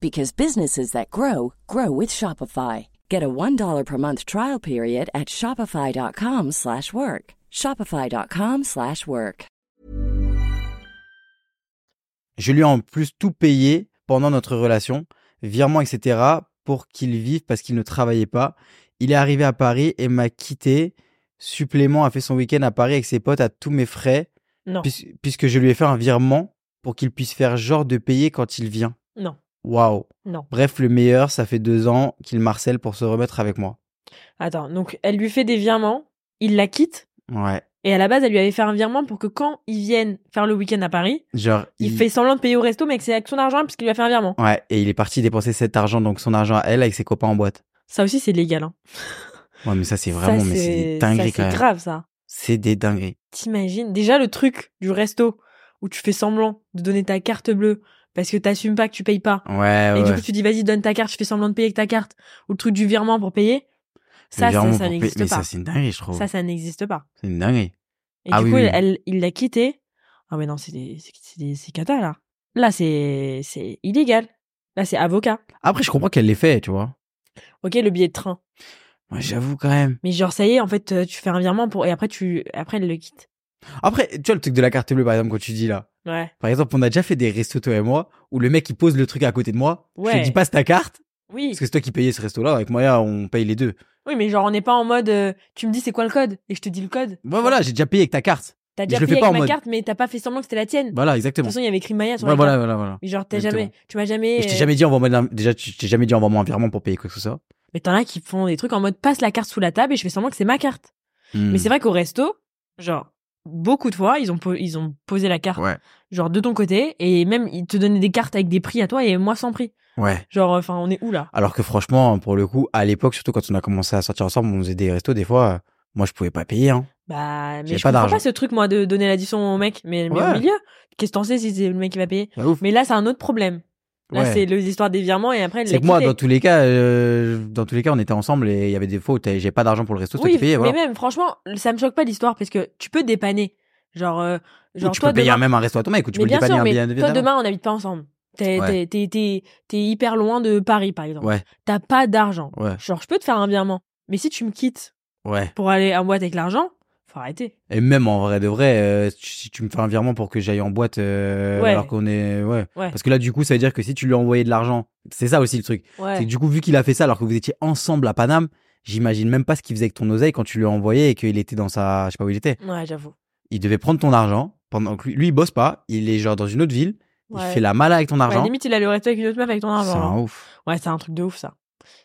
Speaker 3: because businesses that grow grow with Shopify. Get a $1 per month trial period at shopify.com/work. slash work. shopify.com/work. slash work.
Speaker 2: Je lui ai en plus tout payé pendant notre relation, virement, etc., pour qu'il vive parce qu'il ne travaillait pas. Il est arrivé à Paris et m'a quitté. Supplément a fait son week-end à Paris avec ses potes à tous mes frais,
Speaker 1: Non.
Speaker 2: puis- puisque je lui ai fait un virement pour qu'il puisse faire genre de payer quand il vient.
Speaker 1: Non.
Speaker 2: Waouh.
Speaker 1: Non.
Speaker 2: Bref, le meilleur, ça fait deux ans qu'il marcelle pour se remettre avec moi.
Speaker 1: Attends, donc elle lui fait des virements, il la quitte,
Speaker 2: Ouais.
Speaker 1: et à la base, elle lui avait fait un virement pour que quand ils viennent faire le week-end à Paris,
Speaker 2: Genre,
Speaker 1: il, fait semblant de payer au resto, mais que c'est avec son argent puisqu'il lui a fait un virement.
Speaker 2: Ouais, et il est parti dépenser cet argent, donc son argent à elle, avec ses copains en boîte.
Speaker 1: Ça aussi, c'est légal. Hein.
Speaker 2: Ouais, mais ça, c'est
Speaker 1: Ça,
Speaker 2: vraiment, mais c'est des dingueries
Speaker 1: ça,
Speaker 2: quand
Speaker 1: C'est
Speaker 2: même.
Speaker 1: grave, ça.
Speaker 2: C'est des dingueries.
Speaker 1: T'imagines Déjà, le truc du resto où tu fais semblant de donner ta carte bleue parce que t'assumes pas que tu payes pas.
Speaker 2: Ouais,
Speaker 1: Et
Speaker 2: Ah ouais.
Speaker 1: que du coup, tu dis, vas-y, donne ta carte, je fais semblant de payer avec ta carte. Ou le truc du virement pour payer. Ça,
Speaker 2: Le
Speaker 1: ça,
Speaker 2: virement
Speaker 1: ça
Speaker 2: pour payer-
Speaker 1: n'existe
Speaker 2: Mais
Speaker 1: pas.
Speaker 2: ça, c'est une dinguerie, je trouve.
Speaker 1: Ça, ça n'existe pas.
Speaker 2: C'est une dinguerie.
Speaker 1: Et
Speaker 2: Ah
Speaker 1: du
Speaker 2: oui,
Speaker 1: coup,
Speaker 2: oui.
Speaker 1: Elle, il l'a quitté. Ah mais non, c'est des, c'est- c'est des- c'est cata là. Là, c'est c'est illégal. Là, c'est avocat.
Speaker 2: Après, je comprends qu'elle l'ait fait, tu vois.
Speaker 1: Ok, le billet de train.
Speaker 2: Moi, j'avoue quand même.
Speaker 1: Mais genre, ça y est, en fait, euh, tu fais un virement pour et après tu après elle le quitte.
Speaker 2: Après, tu vois, le truc de la carte bleue, par exemple, quand tu dis là.
Speaker 1: Ouais.
Speaker 2: Par exemple, on a déjà fait des restos, toi et moi, où le mec, il pose le truc à côté de moi. Je
Speaker 1: Ouais.
Speaker 2: te dis, passe ta carte.
Speaker 1: Oui.
Speaker 2: Parce que c'est toi qui payais ce resto-là. Avec Maya, on paye les deux.
Speaker 1: Oui, mais genre, on n'est pas en mode. euh, tu me dis c'est quoi le code et je te dis le code.
Speaker 2: Bah voilà, j'ai déjà payé avec ta carte.
Speaker 1: T'as déjà
Speaker 2: je le
Speaker 1: payé
Speaker 2: fais pas
Speaker 1: avec
Speaker 2: en
Speaker 1: ma
Speaker 2: mode.
Speaker 1: carte, mais t'as pas fait semblant que c'était la tienne.
Speaker 2: Voilà,
Speaker 1: de toute
Speaker 2: exactement.
Speaker 1: façon, il y avait écrit Maya sur
Speaker 2: Ouais,
Speaker 1: la
Speaker 2: voilà,
Speaker 1: carte.
Speaker 2: voilà, voilà.
Speaker 1: Mais genre, t'as
Speaker 2: Exactement.
Speaker 1: jamais, tu m'as jamais.
Speaker 2: Et je t'ai
Speaker 1: euh,
Speaker 2: jamais dit, envoie-moi un- déjà, tu- je t'ai jamais dit, envoie-moi un virement pour payer quoi que ce soit.
Speaker 1: Mais t'en as qui font des trucs en mode passe la carte sous la table et je fais semblant que c'est ma carte.
Speaker 2: Hmm.
Speaker 1: Mais c'est vrai qu'au resto, genre, beaucoup de fois, ils ont, po- ils ont posé la carte,
Speaker 2: Ouais.
Speaker 1: genre, de ton côté, et même, ils te donnaient des cartes avec des prix à toi et moi sans prix.
Speaker 2: Ouais.
Speaker 1: Genre, enfin, on est où là
Speaker 2: Alors que franchement, pour le coup, à l'époque, surtout quand on a commencé à sortir ensemble, on faisait des restos, des fois, euh, moi, je pouvais pas payer, hein.
Speaker 1: Bah, mais
Speaker 2: J'ai
Speaker 1: je
Speaker 2: pas
Speaker 1: comprends
Speaker 2: d'argent.
Speaker 1: pas ce truc, moi, de donner l'addition au mec, mais, mais au
Speaker 2: Ouais.
Speaker 1: milieu, qu'est-ce que t'en sais si c'est le mec qui va payer
Speaker 2: Pas ouf.
Speaker 1: Mais là, c'est un autre problème. Là,
Speaker 2: Ouais.
Speaker 1: c'est le- l'histoire des virements et après, elle
Speaker 2: C'est
Speaker 1: l'a
Speaker 2: que moi,
Speaker 1: quitté.
Speaker 2: dans tous les cas, euh, dans tous les cas, on était ensemble et il y avait des fois où t'avais- j'ai pas d'argent pour le resto, c'est toi
Speaker 1: Oui,
Speaker 2: qui payais, voilà.
Speaker 1: mais même, franchement, ça me choque pas l'histoire parce que tu peux dépanner. Genre, euh,
Speaker 2: Ou
Speaker 1: genre
Speaker 2: tu
Speaker 1: toi,
Speaker 2: peux payer
Speaker 1: demain-
Speaker 2: même un resto à ton mec, ou tu
Speaker 1: mais
Speaker 2: peux le
Speaker 1: bien
Speaker 2: dépanner
Speaker 1: sûr,
Speaker 2: un
Speaker 1: mais
Speaker 2: billet
Speaker 1: toi,
Speaker 2: évidemment.
Speaker 1: demain, on n'habite pas ensemble. T'es
Speaker 2: Ouais.
Speaker 1: t'es- t'es- t'es- t'es hyper loin de Paris, par exemple.
Speaker 2: Ouais,
Speaker 1: T'as pas d'argent.
Speaker 2: ouais,
Speaker 1: Genre, je peux te faire un virement. Mais si tu me quittes
Speaker 2: ouais.
Speaker 1: pour aller en boîte avec l'argent, faut arrêter.
Speaker 2: Et même en vrai de vrai, euh, tu- si tu me fais un virement pour que j'aille en boîte, euh,
Speaker 1: Ouais.
Speaker 2: alors qu'on est, ouais.
Speaker 1: Ouais.
Speaker 2: Parce que là, du coup, ça veut dire que si tu lui as envoyé de l'argent, c'est ça aussi le truc. C'est
Speaker 1: Ouais.
Speaker 2: que du coup, vu qu'il a fait ça alors que vous étiez ensemble à Paname, j'imagine même pas ce qu'il faisait avec ton oseille quand tu lui as envoyé et qu'il était dans sa. Je sais pas où il était.
Speaker 1: Ouais, j'avoue.
Speaker 2: Il devait prendre ton argent pendant que lui, lui, il bosse pas. Il est genre dans une autre ville.
Speaker 1: Ouais.
Speaker 2: Il fait la mala avec ton
Speaker 1: Ouais,
Speaker 2: argent.
Speaker 1: limite, il allait au resto avec une autre meuf avec ton
Speaker 2: c'est un
Speaker 1: argent. hein.
Speaker 2: ouf.
Speaker 1: Ouais, c'est un truc de ouf, ça.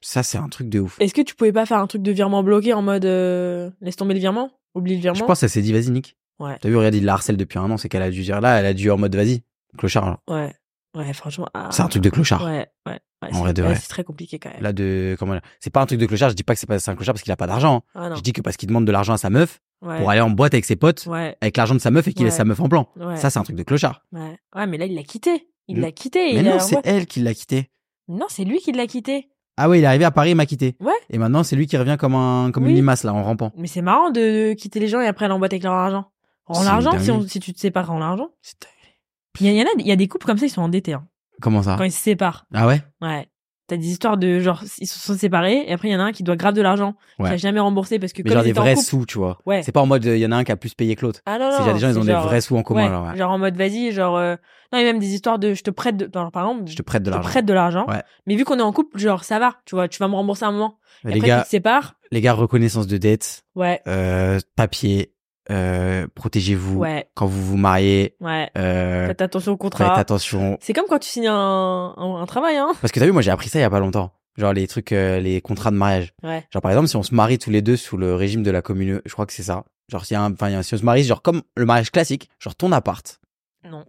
Speaker 2: Ça, c'est un truc de ouf.
Speaker 1: Est-ce que tu pouvais pas faire un truc de virement bloqué en mode euh, laisse tomber le virement Oublie le virement
Speaker 2: Je pense qu'elle s'est dit, vas-y, Nick.
Speaker 1: Ouais.
Speaker 2: T'as vu, regarde, il la harcèle depuis un an. C'est qu'elle a dû dire là, elle a dû en mode, vas-y, clochard. là.
Speaker 1: Ouais. Ouais, franchement. ah.
Speaker 2: C'est un truc de clochard.
Speaker 1: Ouais, ouais. ouais,
Speaker 2: vrai
Speaker 1: c'est
Speaker 2: de
Speaker 1: ouais,
Speaker 2: vrai.
Speaker 1: c'est très compliqué quand même.
Speaker 2: Là, de. Comment C'est pas un truc de clochard. Je dis pas que c'est pas c'est un clochard parce qu'il a pas d'argent. hein.
Speaker 1: Ah non.
Speaker 2: Je dis que parce qu'il demande de l'argent à sa meuf
Speaker 1: Ouais.
Speaker 2: pour aller en boîte avec ses potes,
Speaker 1: Ouais,
Speaker 2: avec l'argent de sa meuf et qu'il laisse
Speaker 1: Ouais.
Speaker 2: sa meuf en plan.
Speaker 1: ouais.
Speaker 2: Ça, c'est un truc de clochard.
Speaker 1: ouais. Ouais, mais là, il l'a quitté. Il
Speaker 2: Mm.
Speaker 1: l'a quitté. et
Speaker 2: Mais
Speaker 1: il a
Speaker 2: non,
Speaker 1: la
Speaker 2: c'est
Speaker 1: revoit.
Speaker 2: elle qui l'a quitté.
Speaker 1: non, c'est lui qui l'a quitté.
Speaker 2: Ah ouais, il est arrivé à Paris, il m'a quitté.
Speaker 1: Ouais.
Speaker 2: Et maintenant, c'est lui qui revient comme un comme une
Speaker 1: Oui.
Speaker 2: limace là en rampant.
Speaker 1: Mais c'est marrant de, de quitter les gens et après aller en boîte avec leur argent. Rends
Speaker 2: C'est
Speaker 1: l'argent si,
Speaker 2: dingue.
Speaker 1: on- si tu te sépares, rends l'argent.
Speaker 2: C'est dingue.
Speaker 1: Il y, en a, il y a des couples comme ça, ils sont endettés hein,
Speaker 2: Comment ça
Speaker 1: quand ils se séparent.
Speaker 2: Ah ouais
Speaker 1: Ouais. T'as- T'as des histoires de genre, ils se sont séparés et après, il y en a un qui doit grave de l'argent,
Speaker 2: Ouais.
Speaker 1: qui a jamais remboursé parce que
Speaker 2: Mais
Speaker 1: comme
Speaker 2: genre
Speaker 1: ils
Speaker 2: des
Speaker 1: étaient en
Speaker 2: vrais
Speaker 1: couple-
Speaker 2: sous, tu vois.
Speaker 1: Ouais.
Speaker 2: C'est pas en mode, euh, il y en a un qui a plus payé que l'autre.
Speaker 1: Ah non, non,
Speaker 2: C'est genre des gens, ils
Speaker 1: c'est
Speaker 2: ont
Speaker 1: genre-
Speaker 2: des vrais sous en commun,
Speaker 1: ouais,
Speaker 2: genre, ouais.
Speaker 1: Genre en mode, vas-y, genre. euh, Non, et même des histoires de je te prête. De... non, par exemple,
Speaker 2: Je te prête de
Speaker 1: je te
Speaker 2: l'argent.
Speaker 1: prête de l'argent.
Speaker 2: Ouais.
Speaker 1: Mais vu qu'on est en couple, genre, ça va, tu vois, tu vas me rembourser un moment. Et
Speaker 2: Les
Speaker 1: après, tu
Speaker 2: gars,
Speaker 1: te sépares.
Speaker 2: les gars, reconnaissance de dette,
Speaker 1: Ouais,
Speaker 2: euh, papier, euh, protégez-vous.
Speaker 1: ouais,
Speaker 2: Quand vous vous mariez,
Speaker 1: ouais.
Speaker 2: euh,
Speaker 1: Faites attention au
Speaker 2: faites
Speaker 1: contrat.
Speaker 2: attention.
Speaker 1: C'est comme quand tu signes un, un, un travail, hein.
Speaker 2: Parce que t'as vu, moi, j'ai appris ça il y a pas longtemps. Genre les trucs, euh, les contrats de mariage.
Speaker 1: Ouais.
Speaker 2: Genre par exemple, si on se marie tous les deux sous le régime de la commune, je crois que c'est ça. Genre si, un, enfin, si on se marie, genre comme le mariage classique, genre ton appart.
Speaker 1: Non.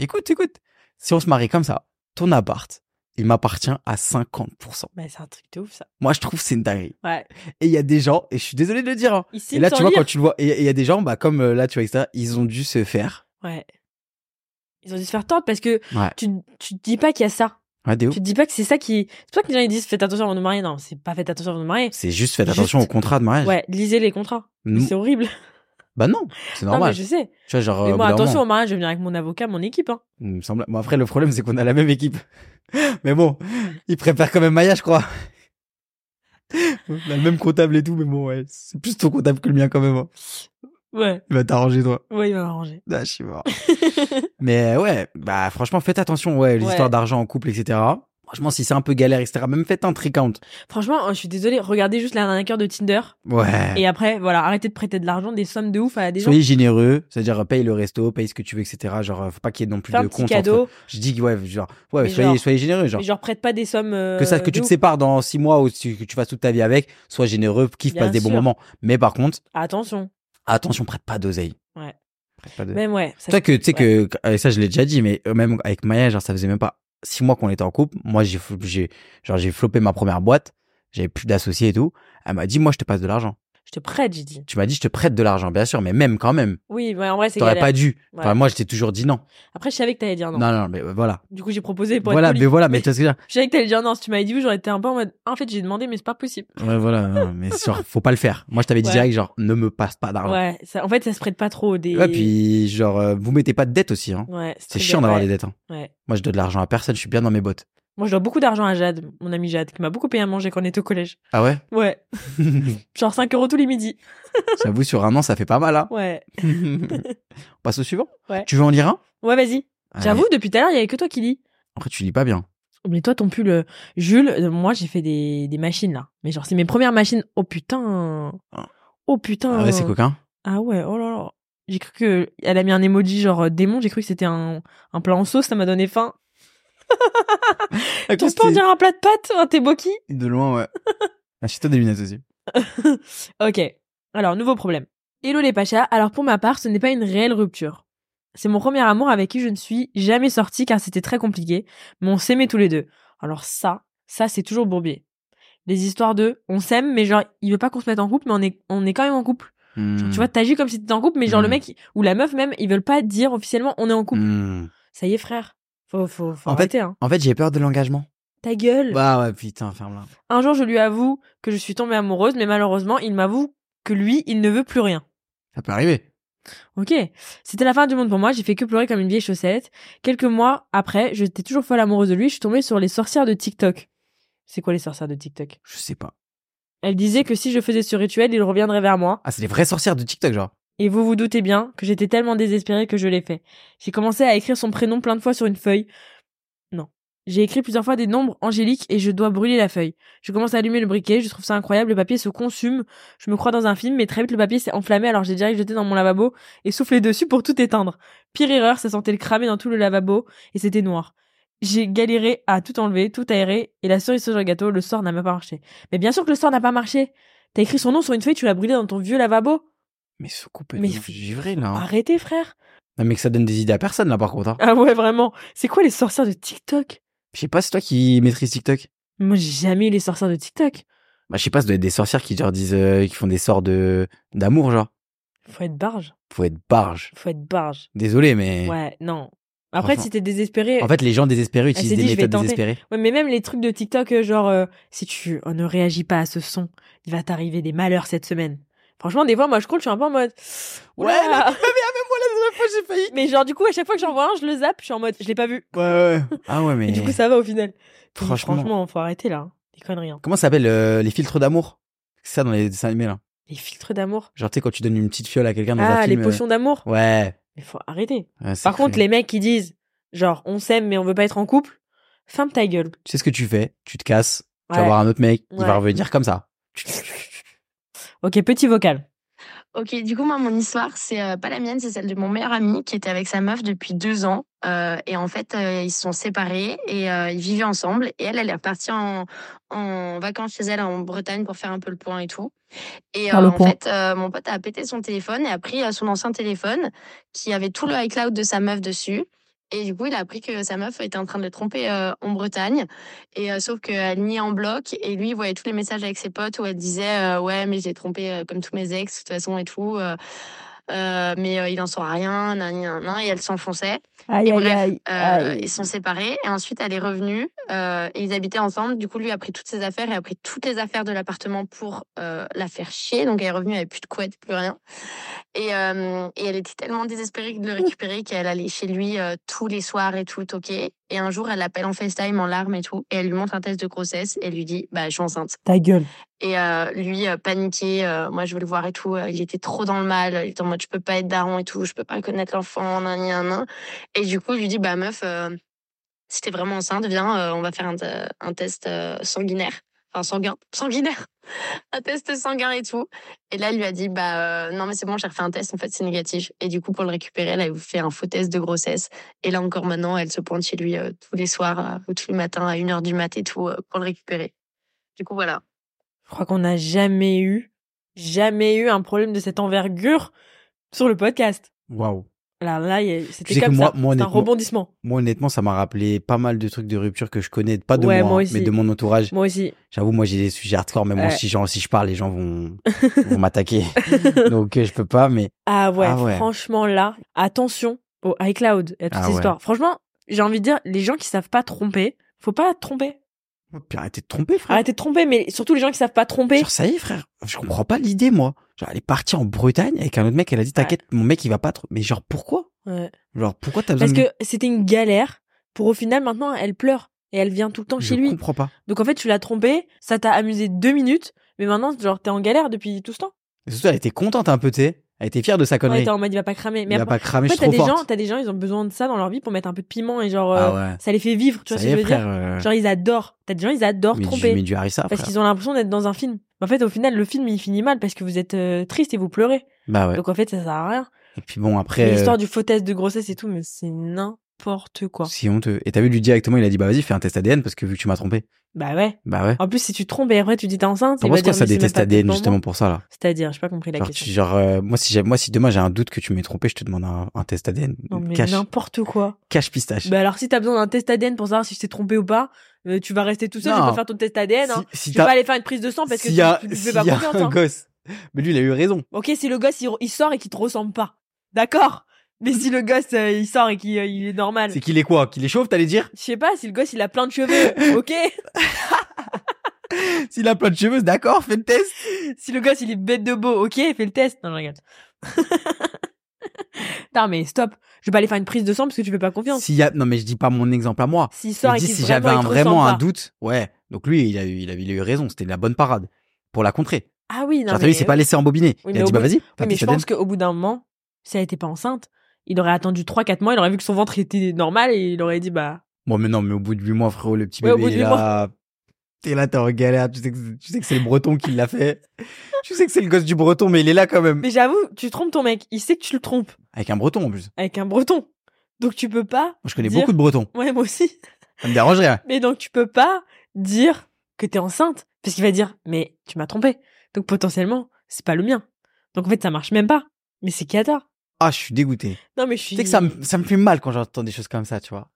Speaker 2: Écoute, écoute. Si on se marie comme ça, ton appart, il m'appartient à 50%.
Speaker 1: Bah, c'est un truc de ouf, ça.
Speaker 2: Moi, je trouve que c'est une dinguerie.
Speaker 1: Ouais.
Speaker 2: Et il y a des gens, et je suis désolé de le dire, hein,
Speaker 1: Ils signent
Speaker 2: et là,
Speaker 1: sans
Speaker 2: tu vois,
Speaker 1: lire.
Speaker 2: quand tu le vois, et et il y a des gens, bah, comme euh, là, tu vois, etc., ils ont dû se faire.
Speaker 1: Ouais. Ils ont dû se faire tort parce que
Speaker 2: Ouais.
Speaker 1: tu, tu te dis pas qu'il y a ça.
Speaker 2: Ouais, des ouf.
Speaker 1: Tu te dis pas que c'est ça qui. C'est pas que les gens ils disent faites attention avant de vous marier. Non, c'est pas faites attention avant de vous marier.
Speaker 2: C'est juste, faites
Speaker 1: Juste-
Speaker 2: attention au contrat de mariage.
Speaker 1: Ouais, lisez les contrats. Mais
Speaker 2: Non.
Speaker 1: C'est horrible.
Speaker 2: Bah, non, c'est
Speaker 1: Non, mais
Speaker 2: normal.
Speaker 1: je sais.
Speaker 2: Tu vois, genre,
Speaker 1: mais
Speaker 2: euh,
Speaker 1: moi,
Speaker 2: au bout d'un
Speaker 1: attention au
Speaker 2: moment,
Speaker 1: mariage, je vais venir avec mon avocat, mon équipe. Hein.
Speaker 2: il me semble... bon, après, le problème, c'est qu'on a la même équipe. mais bon, ils préfèrent quand même Maya, je crois. On a le même comptable et tout, mais bon, ouais. C'est plus ton comptable que le mien, quand même. hein.
Speaker 1: Ouais,
Speaker 2: Il va t'arranger, toi.
Speaker 1: ouais, il va m'arranger.
Speaker 2: Ah, je suis mort. Mais euh, ouais, bah franchement, faites attention, ouais, les
Speaker 1: Ouais.
Speaker 2: histoires d'argent en couple, etc. Franchement, si c'est un peu galère, etc., même faites un tricount.
Speaker 1: Franchement, hein, je suis désolée, regardez juste l'arnaqueur de Tinder.
Speaker 2: Ouais.
Speaker 1: Et après, voilà, arrêtez de prêter de l'argent, des sommes de ouf à des gens.
Speaker 2: Soyez généreux, c'est-à-dire euh, paye le resto, paye ce que tu veux, etc. Genre, euh, faut pas qu'il y ait non plus
Speaker 1: Fais un
Speaker 2: de
Speaker 1: petit
Speaker 2: compte.
Speaker 1: cadeau,
Speaker 2: entre- Je dis que, ouais, genre, ouais,
Speaker 1: Mais
Speaker 2: soyez,
Speaker 1: genre-
Speaker 2: soyez généreux, genre.
Speaker 1: mais genre prête pas des sommes. euh,
Speaker 2: que ça, que
Speaker 1: de
Speaker 2: tu te
Speaker 1: ouf.
Speaker 2: sépares dans six mois ou si- que tu fasses toute ta vie avec, sois généreux, kiffe,
Speaker 1: Bien
Speaker 2: passe des bons
Speaker 1: sûr.
Speaker 2: moments. Mais par contre,
Speaker 1: Attention.
Speaker 2: attention, prête pas d'oseille.
Speaker 1: Ouais.
Speaker 2: Prête pas d'oseille.
Speaker 1: Même ouais. ça-
Speaker 2: Toi que, tu sais que, euh, ça, je l'ai déjà dit, mais euh, même avec Maya, genre, ça faisait même pas six mois qu'on était en couple. Moi, j'ai, fl- j'ai, genre, j'ai flopé ma première boîte. J'avais plus d'associés et tout. Elle m'a dit, moi, je te passe de l'argent.
Speaker 1: Je te prête, j'ai dit.
Speaker 2: Tu m'as dit, je te prête de l'argent, bien sûr, mais même quand même.
Speaker 1: Oui, ouais, en vrai, c'est
Speaker 2: T'aurais
Speaker 1: galère.
Speaker 2: pas dû. Enfin,
Speaker 1: Ouais.
Speaker 2: moi, je t'ai toujours dit non.
Speaker 1: Après, je savais que t'allais dire non.
Speaker 2: Non, non, mais euh, voilà.
Speaker 1: Du coup, j'ai proposé pour
Speaker 2: Voilà,
Speaker 1: être
Speaker 2: mais
Speaker 1: poli.
Speaker 2: voilà, mais tu vois ce que je veux
Speaker 1: Je savais que t'allais dire non. Si tu m'avais dit oui, j'aurais été un peu en mode. En fait, j'ai demandé, mais c'est pas possible.
Speaker 2: dire. Ouais, voilà, non, mais genre, faut pas le faire. Moi, je t'avais dit
Speaker 1: Ouais.
Speaker 2: direct, genre, ne me passe pas d'argent.
Speaker 1: Ouais. Ça, en fait, ça se prête pas trop des.
Speaker 2: Ouais, puis, genre, euh, vous mettez pas de dettes aussi, hein.
Speaker 1: Ouais,
Speaker 2: C'est
Speaker 1: très
Speaker 2: chiant
Speaker 1: bien,
Speaker 2: d'avoir
Speaker 1: ouais.
Speaker 2: des dettes, hein.
Speaker 1: Ouais.
Speaker 2: Moi, je donne de l'argent à personne, je suis bien dans mes bottes.
Speaker 1: Moi, je dois beaucoup d'argent à Jade, mon amie Jade, qui m'a beaucoup payé à manger quand on était au collège.
Speaker 2: Ah ouais?
Speaker 1: Ouais. Genre 5 euros tous les midis.
Speaker 2: J'avoue, sur un an, ça fait pas mal, hein.
Speaker 1: Ouais.
Speaker 2: On passe au suivant?
Speaker 1: Ouais.
Speaker 2: Tu veux en lire un? Ah,
Speaker 1: Ouais, vas-y. J'avoue, depuis tout à l'heure, il y avait que toi qui lis.
Speaker 2: Après, tu lis pas bien.
Speaker 1: Mais toi, ton pull, euh, Jules, euh, moi, j'ai fait des, des machines, là. Mais genre, c'est mes premières machines. Oh putain. Oh putain.
Speaker 2: Ah ouais, c'est coquin.
Speaker 1: Ah ouais, oh là là. J'ai cru que elle a mis un emoji genre euh, démon, j'ai cru que c'était un, un plat en sauce, ça m'a donné faim. Ton hein. pas on dirait un plat de pâtes, un teboki
Speaker 2: De loin, ouais. Achète-toi des lunettes aussi.
Speaker 1: Ok. Alors, nouveau problème. Hello les Pachas, alors pour ma part, ce n'est pas une réelle rupture. C'est mon premier amour avec qui je ne suis jamais sortie car c'était très compliqué, mais on s'aimait tous les deux. Alors ça, ça c'est toujours bourbier. Les histoires de on s'aime, mais genre il veut pas qu'on se mette en couple, mais on est, on est quand même en couple. Genre,
Speaker 2: Hmm.
Speaker 1: tu vois, t'agis comme si t'étais en couple, mais genre le
Speaker 2: Mm.
Speaker 1: mec ou la meuf même, ils veulent pas dire officiellement on est en couple.
Speaker 2: Hmm.
Speaker 1: Ça y est, frère. Faut, faut, faut
Speaker 2: En fait-
Speaker 1: arrêter, hein.
Speaker 2: En fait, j'ai peur de l'engagement.
Speaker 1: Ta gueule.
Speaker 2: Bah ouais, putain, ferme-la.
Speaker 1: Un jour, je lui avoue que je suis tombée amoureuse, mais malheureusement, il m'avoue que lui, il ne veut plus rien.
Speaker 2: Ça peut arriver.
Speaker 1: Ok. C'était la fin du monde pour moi, j'ai fait que pleurer comme une vieille chaussette. Quelques mois après, j'étais toujours folle amoureuse de lui, je suis tombée sur les sorcières de TikTok. C'est quoi les sorcières de TikTok
Speaker 2: Je sais pas.
Speaker 1: Elle disait que si je faisais ce rituel, il reviendrait vers moi.
Speaker 2: Ah, c'est les vraies sorcières de TikTok, genre.
Speaker 1: Et vous vous doutez bien que j'étais tellement désespérée que je l'ai fait. J'ai commencé à écrire son prénom plein de fois sur une feuille. Non. J'ai écrit plusieurs fois des nombres angéliques et je dois brûler la feuille. Je commence à allumer le briquet, je trouve ça incroyable, le papier se consume. Je me crois dans un film, mais très vite le papier s'est enflammé alors j'ai direct jeté dans mon lavabo et soufflé dessus pour tout éteindre. Pire erreur, ça sentait le cramer dans tout le lavabo et c'était noir. J'ai galéré à tout enlever, tout aérer et la cerise sur le gâteau, le sort n'a même pas marché. Mais bien sûr que le sort n'a pas marché. T'as écrit son nom sur une feuille, tu l'as brûlé dans ton vieux lavabo.
Speaker 2: Mais ce couple
Speaker 1: Mais
Speaker 2: est
Speaker 1: f-
Speaker 2: givré, là. hein.
Speaker 1: Arrêtez, frère.
Speaker 2: Non, mais que ça donne des idées à personne, là, par contre. hein.
Speaker 1: Ah ouais, vraiment. C'est quoi les sorcières de TikTok
Speaker 2: Je sais pas, c'est toi qui maîtrise TikTok.
Speaker 1: Moi, j'ai jamais eu les sorcières de TikTok.
Speaker 2: Bah, je sais pas, ça doit être des sorcières qui, genre, disent, euh, qui font des sorts de, d'amour, genre.
Speaker 1: Faut être barge.
Speaker 2: Faut être barge.
Speaker 1: Faut être barge.
Speaker 2: Désolé, mais.
Speaker 1: Ouais, non. Après,
Speaker 2: Franchement.
Speaker 1: si t'es désespéré.
Speaker 2: En fait, les gens désespérés utilisent
Speaker 1: s'est
Speaker 2: des
Speaker 1: dit, je vais
Speaker 2: méthodes
Speaker 1: tenter.
Speaker 2: désespérées.
Speaker 1: Ouais, mais même les trucs de TikTok, euh, genre, euh, si tu euh, ne réagis pas à ce son, il va t'arriver des malheurs cette semaine. Franchement, des fois, moi, je crois je suis un peu en mode.
Speaker 2: Ouais,
Speaker 1: Ouah.
Speaker 2: là, tu Moi, la dernière fois, j'ai failli.
Speaker 1: Mais genre, du coup, à chaque fois que j'en vois un, je le zappe, je suis en mode, je l'ai pas vu.
Speaker 2: Ouais, ouais. Ah ouais, mais.
Speaker 1: Et du coup, ça va au final. Puis
Speaker 2: Franchement.
Speaker 1: franchement, faut arrêter là. Des conneries. hein.
Speaker 2: Comment ça s'appelle euh, les filtres d'amour C'est ça dans les dessins animés là.
Speaker 1: Les filtres d'amour.
Speaker 2: Genre, tu sais, quand tu donnes une petite fiole à quelqu'un dans
Speaker 1: Ah,
Speaker 2: un
Speaker 1: les
Speaker 2: film. euh,
Speaker 1: potions d'amour.
Speaker 2: Ouais.
Speaker 1: Mais faut arrêter.
Speaker 2: Ouais, c'est
Speaker 1: Par
Speaker 2: cru.
Speaker 1: contre, les mecs qui disent genre on s'aime mais on veut pas être en couple, ferme ta gueule.
Speaker 2: Tu sais ce que tu fais Tu te casses, tu vas
Speaker 1: Ouais.
Speaker 2: voir un autre mec, il
Speaker 1: Ouais.
Speaker 2: va revenir comme ça.
Speaker 1: Ok, petit vocal.
Speaker 4: Ok, du coup, moi, mon histoire, c'est euh, pas la mienne, c'est celle de mon meilleur ami qui était avec sa meuf depuis deux ans. Euh, et en fait, euh, ils se sont séparés et euh, ils vivaient ensemble. Et elle, elle est repartie en, en vacances chez elle en Bretagne pour faire un peu le point et tout. Et
Speaker 1: Faire
Speaker 4: euh,
Speaker 1: Ah, le
Speaker 4: en
Speaker 1: point.
Speaker 4: fait, euh, mon pote a pété son téléphone et a pris euh, son ancien téléphone qui avait tout le iCloud de sa meuf dessus. Et du coup, il a appris que sa meuf était en train de le tromper euh, en Bretagne. Et euh, sauf qu'elle niait en bloc. Et lui, il voyait tous les messages avec ses potes où elle disait euh, Ouais, mais j'ai trompé euh, comme tous mes ex, de toute façon, et tout. euh, euh, mais euh, il n'en saura rien, nan, nan, nan, et elle s'enfonçait.
Speaker 1: Aïe
Speaker 4: Et bref,
Speaker 1: aïe
Speaker 4: Euh, Ils sont séparés. Et ensuite, elle est revenue. euh, et ils habitaient ensemble. Du coup, lui a pris toutes ses affaires et a pris toutes les affaires de l'appartement pour euh, la faire chier. Donc, elle est revenue, elle n'avait plus de couette, plus rien. Et, euh, et elle était tellement désespérée de le récupérer qu'elle allait chez lui euh, tous les soirs et tout, ok. Et un jour, elle l'appelle en FaceTime en larmes et tout. Et elle lui montre un test de grossesse et elle lui dit Bah, je suis enceinte.
Speaker 1: Ta gueule.
Speaker 4: Et euh, lui, euh, paniqué, euh, moi je veux le voir et tout. euh, il était trop dans le mal. Il était en mode je peux pas être daron et tout, je peux pas connaître l'enfant, nan, nan, nan. Et du coup, je lui dis bah meuf, euh, si t'es vraiment enceinte, viens, euh, on va faire un, te- un test euh, sanguinaire. Enfin, sanguin, sanguinaire, un test sanguin et tout. Et là, elle lui a dit bah euh, non, mais c'est bon, j'ai refait un test, en fait, c'est négatif. Et du coup, pour le récupérer, elle a fait un faux test de grossesse. Et là, encore maintenant, elle se pointe chez lui euh, tous les soirs euh, ou tous les matins à 1h du mat et tout euh, pour le récupérer. Du coup, voilà.
Speaker 1: Je crois qu'on n'a jamais eu, jamais eu un problème de cette envergure sur le podcast.
Speaker 2: Waouh.
Speaker 1: Alors là, il y a-
Speaker 2: sais
Speaker 1: c'était
Speaker 2: que
Speaker 1: comme ça.
Speaker 2: moi- moi,
Speaker 1: C'est un
Speaker 2: honnêtement-
Speaker 1: rebondissement.
Speaker 2: Moi, honnêtement, ça m'a rappelé pas mal de trucs de rupture que je connais, pas de
Speaker 1: Ouais,
Speaker 2: moi,
Speaker 1: moi
Speaker 2: hein,
Speaker 1: aussi.
Speaker 2: mais de mon entourage.
Speaker 1: Moi aussi.
Speaker 2: J'avoue, moi, j'ai des sujets hardcore, mais moi,
Speaker 1: Ouais.
Speaker 2: si, genre, si je parle, les gens vont, vont m'attaquer. Donc, euh, je peux pas, mais
Speaker 1: Ah ouais,
Speaker 2: Ah ouais.
Speaker 1: franchement là, attention au iCloud et à toutes
Speaker 2: Ah
Speaker 1: ces
Speaker 2: ouais.
Speaker 1: histoires. Franchement, j'ai envie de dire, les gens qui savent pas tromper, faut pas tromper.
Speaker 2: Puis arrêtez de tromper, frère.
Speaker 1: Arrêtez de tromper, mais surtout les gens qui savent pas tromper.
Speaker 2: Genre, ça y est, frère. Je comprends pas l'idée, moi. Genre, elle est partie en Bretagne avec un autre mec. Elle a dit, t'inquiète, mon mec, il va pas trop. Mais genre, pourquoi?
Speaker 1: Ouais.
Speaker 2: Genre, pourquoi t'as besoin
Speaker 1: Parce
Speaker 2: de...
Speaker 1: que c'était une galère pour au final maintenant elle pleure et elle vient tout le temps
Speaker 2: Je
Speaker 1: chez lui.
Speaker 2: comprends pas.
Speaker 1: Donc en fait tu l'as trompé, ça t'a amusé deux minutes, mais maintenant genre t'es en galère depuis tout ce temps.
Speaker 2: Et surtout, elle était contente un peu, tu sais. Elle était fière de sa
Speaker 1: Ouais,
Speaker 2: connerie.
Speaker 1: t'es en mode il va pas cramer.
Speaker 2: il
Speaker 1: Mais
Speaker 2: a
Speaker 1: après,
Speaker 2: pas cramé,
Speaker 1: après,
Speaker 2: je suis
Speaker 1: t'as
Speaker 2: trop
Speaker 1: des gens,
Speaker 2: forte.
Speaker 1: t'as des gens ils ont besoin de ça dans leur vie pour mettre un peu de piment et genre euh,
Speaker 2: Ah ouais.
Speaker 1: ça les fait vivre. Tu vois
Speaker 2: Ça
Speaker 1: ce
Speaker 2: y
Speaker 1: que je
Speaker 2: est,
Speaker 1: veux
Speaker 2: frère.
Speaker 1: dire
Speaker 2: euh,
Speaker 1: Genre ils adorent. T'as des gens ils adorent
Speaker 2: mais
Speaker 1: tromper.
Speaker 2: du, mais du harissa,
Speaker 1: Parce
Speaker 2: frère.
Speaker 1: qu'ils ont l'impression d'être dans un film. Mais en fait, au final, le film, il finit mal parce que vous êtes euh, triste et vous pleurez.
Speaker 2: Bah ouais.
Speaker 1: Donc en fait, ça sert à rien.
Speaker 2: Et puis bon,
Speaker 1: Mais
Speaker 2: après,
Speaker 1: L'histoire
Speaker 2: euh,
Speaker 1: du faux test de grossesse et tout, mais c'est n'importe quoi.
Speaker 2: si on te... Et t'as vu, lui directement, il a dit, bah vas-y, fais un test ADN parce que vu que tu m'as trompé.
Speaker 1: Bah ouais.
Speaker 2: Bah ouais.
Speaker 1: En plus, si tu te trompes et après tu dis t'es enceinte,
Speaker 2: T'en
Speaker 1: il va
Speaker 2: penses
Speaker 1: dire
Speaker 2: quoi ça
Speaker 1: mais c'est
Speaker 2: des
Speaker 1: même
Speaker 2: tests
Speaker 1: pas fait
Speaker 2: ADN
Speaker 1: pour
Speaker 2: justement
Speaker 1: moi.
Speaker 2: pour ça là
Speaker 1: C'est-à-dire, j'ai pas compris la
Speaker 2: Genre,
Speaker 1: question.
Speaker 2: tu- genre, euh, moi, si j'ai- moi, si demain j'ai un doute que tu m'es trompé, je te demande un, un test ADN.
Speaker 1: Non mais
Speaker 2: cache,
Speaker 1: n'importe quoi.
Speaker 2: cache pistache.
Speaker 1: Bah alors si t'as besoin d'un test ADN pour savoir si tu t'es trompé ou pas, euh, tu vas rester tout seul, tu
Speaker 2: Non.
Speaker 1: peux faire ton test ADN. Hein.
Speaker 2: si, si
Speaker 1: Tu vas
Speaker 2: t'as-
Speaker 1: pas aller faire une prise de sang parce que
Speaker 2: s'il
Speaker 1: tu,
Speaker 2: y a,
Speaker 1: tu lui fais
Speaker 2: s'il
Speaker 1: pas
Speaker 2: y a
Speaker 1: confiance.
Speaker 2: un
Speaker 1: hein.
Speaker 2: gosse. Mais lui, il a eu raison.
Speaker 1: Ok, si le gosse il, il sort et qu'il te ressemble pas, d'accord. Mais si le gosse euh, il sort et qu'il euh, il est normal,
Speaker 2: C'est qu'il est quoi Qu'il est chauve, t'allais dire
Speaker 1: Je sais pas, si le gosse il a plein de cheveux, ok
Speaker 2: S'il a plein de cheveux, d'accord, fais le test.
Speaker 1: Si le gosse il est bête de beau, ok, fais le test. Non, je regarde. non, mais stop. Je vais pas aller faire une prise de sang parce que tu fais pas confiance.
Speaker 2: S'il y a, non, mais je dis pas mon exemple à moi.
Speaker 1: S'il
Speaker 2: Je
Speaker 1: sort et
Speaker 2: dis
Speaker 1: qu'il
Speaker 2: si
Speaker 1: vraiment,
Speaker 2: j'avais
Speaker 1: il
Speaker 2: un-
Speaker 1: te
Speaker 2: vraiment
Speaker 1: ressemble
Speaker 2: un
Speaker 1: pas.
Speaker 2: doute. Ouais. Donc lui, il a eu, il a, il a eu raison. C'était la bonne parade pour la contrer.
Speaker 1: Ah oui, non.
Speaker 2: genre, t'as
Speaker 1: mais,
Speaker 2: vu, il s'est pas laissé embobiner.
Speaker 1: Oui,
Speaker 2: il
Speaker 1: mais
Speaker 2: a
Speaker 1: au
Speaker 2: dit, bah
Speaker 1: bout-
Speaker 2: vas-y,
Speaker 1: Oui,
Speaker 2: fais un
Speaker 1: mais
Speaker 2: test
Speaker 1: je
Speaker 2: ADN.
Speaker 1: pense qu'au bout d'un moment, si elle était pas enceinte, il aurait attendu 3-4 mois, il aurait vu que son ventre était normal et il aurait dit bah.
Speaker 2: Bon, mais non, mais au bout de 8 mois, frérot, le petit
Speaker 1: Ouais, au
Speaker 2: bébé,
Speaker 1: bout de
Speaker 2: il est
Speaker 1: huit
Speaker 2: là. T'es là, t'es en galère. Tu sais que, tu sais que c'est le breton qui l'a fait. Tu sais que c'est le gosse du breton, mais il est là quand même.
Speaker 1: Mais j'avoue, tu trompes ton mec. Il sait que tu le trompes
Speaker 2: Avec un breton, en plus.
Speaker 1: avec un breton. Donc tu peux pas.
Speaker 2: Moi, je connais
Speaker 1: dire-
Speaker 2: beaucoup de bretons.
Speaker 1: Ouais, moi aussi.
Speaker 2: Ça me dérange rien.
Speaker 1: Mais donc tu peux pas dire que t'es enceinte parce qu'il va dire mais tu m'as trompé. Donc potentiellement c'est pas le mien. Donc en fait ça marche même pas. Mais c'est cata.
Speaker 2: Ah, je suis dégoûté.
Speaker 1: Non mais je suis.
Speaker 2: Tu sais que ça me, ça me fait mal quand j'entends des choses comme ça, tu vois.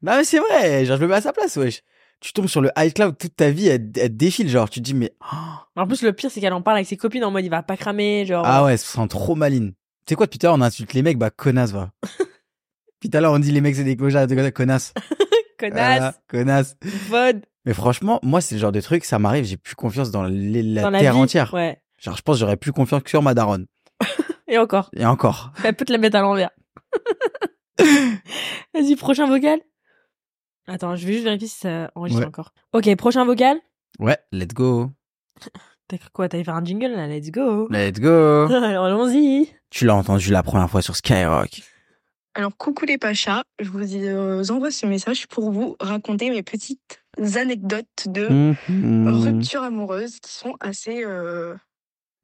Speaker 2: Non, mais c'est vrai. Genre, je me mets à sa place, wesh. Tu tombes sur le iCloud toute ta vie, elle, elle défile, genre, tu te dis,
Speaker 1: Ah
Speaker 2: mais, oh,
Speaker 1: En plus le pire c'est qu'elle en parle avec ses copines en mode il va pas cramer genre.
Speaker 2: ah ouais, ça sent trop maline. Tu sais quoi, depuis tout à l'heure, on insulte les mecs, bah, connasse, va. Puis tout à l'heure, on dit les mecs, c'est des clochards, des connasses.
Speaker 1: Connasse,
Speaker 2: Voilà, connasse.
Speaker 1: vode,
Speaker 2: Mais franchement, moi, c'est le genre de truc, ça m'arrive, j'ai plus confiance dans les- la
Speaker 1: dans la
Speaker 2: terre
Speaker 1: vie.
Speaker 2: entière.
Speaker 1: Ouais.
Speaker 2: Genre, je pense, que j'aurais plus confiance que sur ma daronne.
Speaker 1: Et encore.
Speaker 2: Et encore.
Speaker 1: Elle peut te la mettre à l'envers. Vas-y prochain vocal. Attends, je vais juste vérifier si ça enregistre
Speaker 2: Ouais.
Speaker 1: encore. Ok, prochain vocal.
Speaker 2: Ouais, let's go.
Speaker 1: T'as cru quoi T'avais fait un jingle là, let's go.
Speaker 2: Let's go.
Speaker 1: Alors allons-y.
Speaker 2: tu l'as entendu la première fois sur Skyrock.
Speaker 5: Alors, coucou les Pachas, je vous euh, envoie ce message pour vous raconter mes petites anecdotes de
Speaker 1: Euh,
Speaker 2: Mhm.
Speaker 5: rupture amoureuse qui sont assez, euh,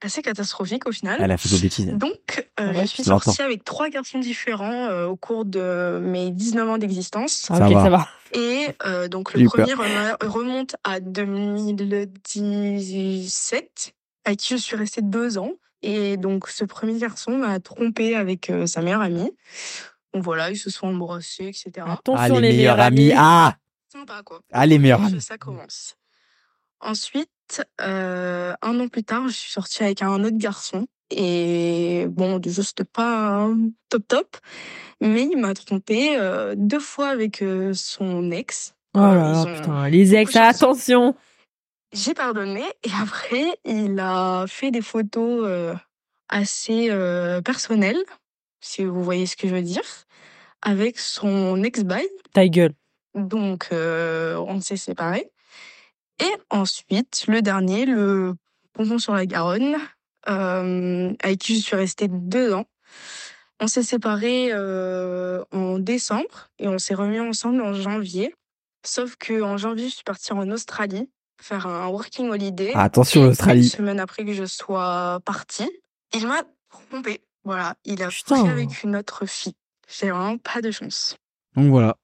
Speaker 5: assez catastrophiques au final.
Speaker 2: Elle a fait des bêtises.
Speaker 5: Donc, euh,
Speaker 1: Ouais,
Speaker 5: je suis
Speaker 2: je l'entends.
Speaker 5: sortie avec trois garçons différents euh, au cours de mes 19 ans d'existence.
Speaker 1: Ah,
Speaker 2: Ça
Speaker 1: ok,
Speaker 2: va.
Speaker 1: ça va.
Speaker 5: Et euh, donc,
Speaker 2: J'ai
Speaker 5: le
Speaker 2: eu peur.
Speaker 5: premier rema- remonte à 2017, à qui je suis restée deux ans. Et donc, ce premier garçon m'a trompée avec euh, sa meilleure amie. Donc voilà, ils se sont embrassés, etc.
Speaker 1: Ah, Attention les, meilleurs amis.
Speaker 2: Ah,
Speaker 5: Sympa, quoi.
Speaker 2: ah les meilleurs
Speaker 5: Ça,
Speaker 2: amis.
Speaker 5: ça commence. Ensuite, euh, un an plus tard, je suis sortie avec un autre garçon. Et bon, juste pas un top top, mais il m'a trompée euh, deux fois avec euh, son ex. Euh,
Speaker 1: Oh là
Speaker 5: Ils
Speaker 1: là,
Speaker 5: ont-
Speaker 1: putain, les ex,
Speaker 5: couché ensemble.
Speaker 1: attention.
Speaker 5: J'ai pardonné et après, il a fait des photos euh, assez euh, personnelles, si vous voyez ce que je veux dire, avec son ex-bail.
Speaker 1: Ta gueule.
Speaker 5: Donc, euh, on s'est séparés. Et ensuite, le dernier, le ponton sur la Garonne, euh, avec qui je suis restée deux ans. On s'est séparés euh, en décembre et on s'est remis ensemble en janvier. Sauf que en janvier, je suis partie en Australie faire un working holiday.
Speaker 2: Attention
Speaker 5: Une
Speaker 2: Ah, l'Australie.
Speaker 5: semaine après que je sois partie, euh, il m'a trompée. Voilà, il a
Speaker 1: Putain.
Speaker 5: couché avec une autre fille. J'ai vraiment pas de chance.
Speaker 2: Donc voilà.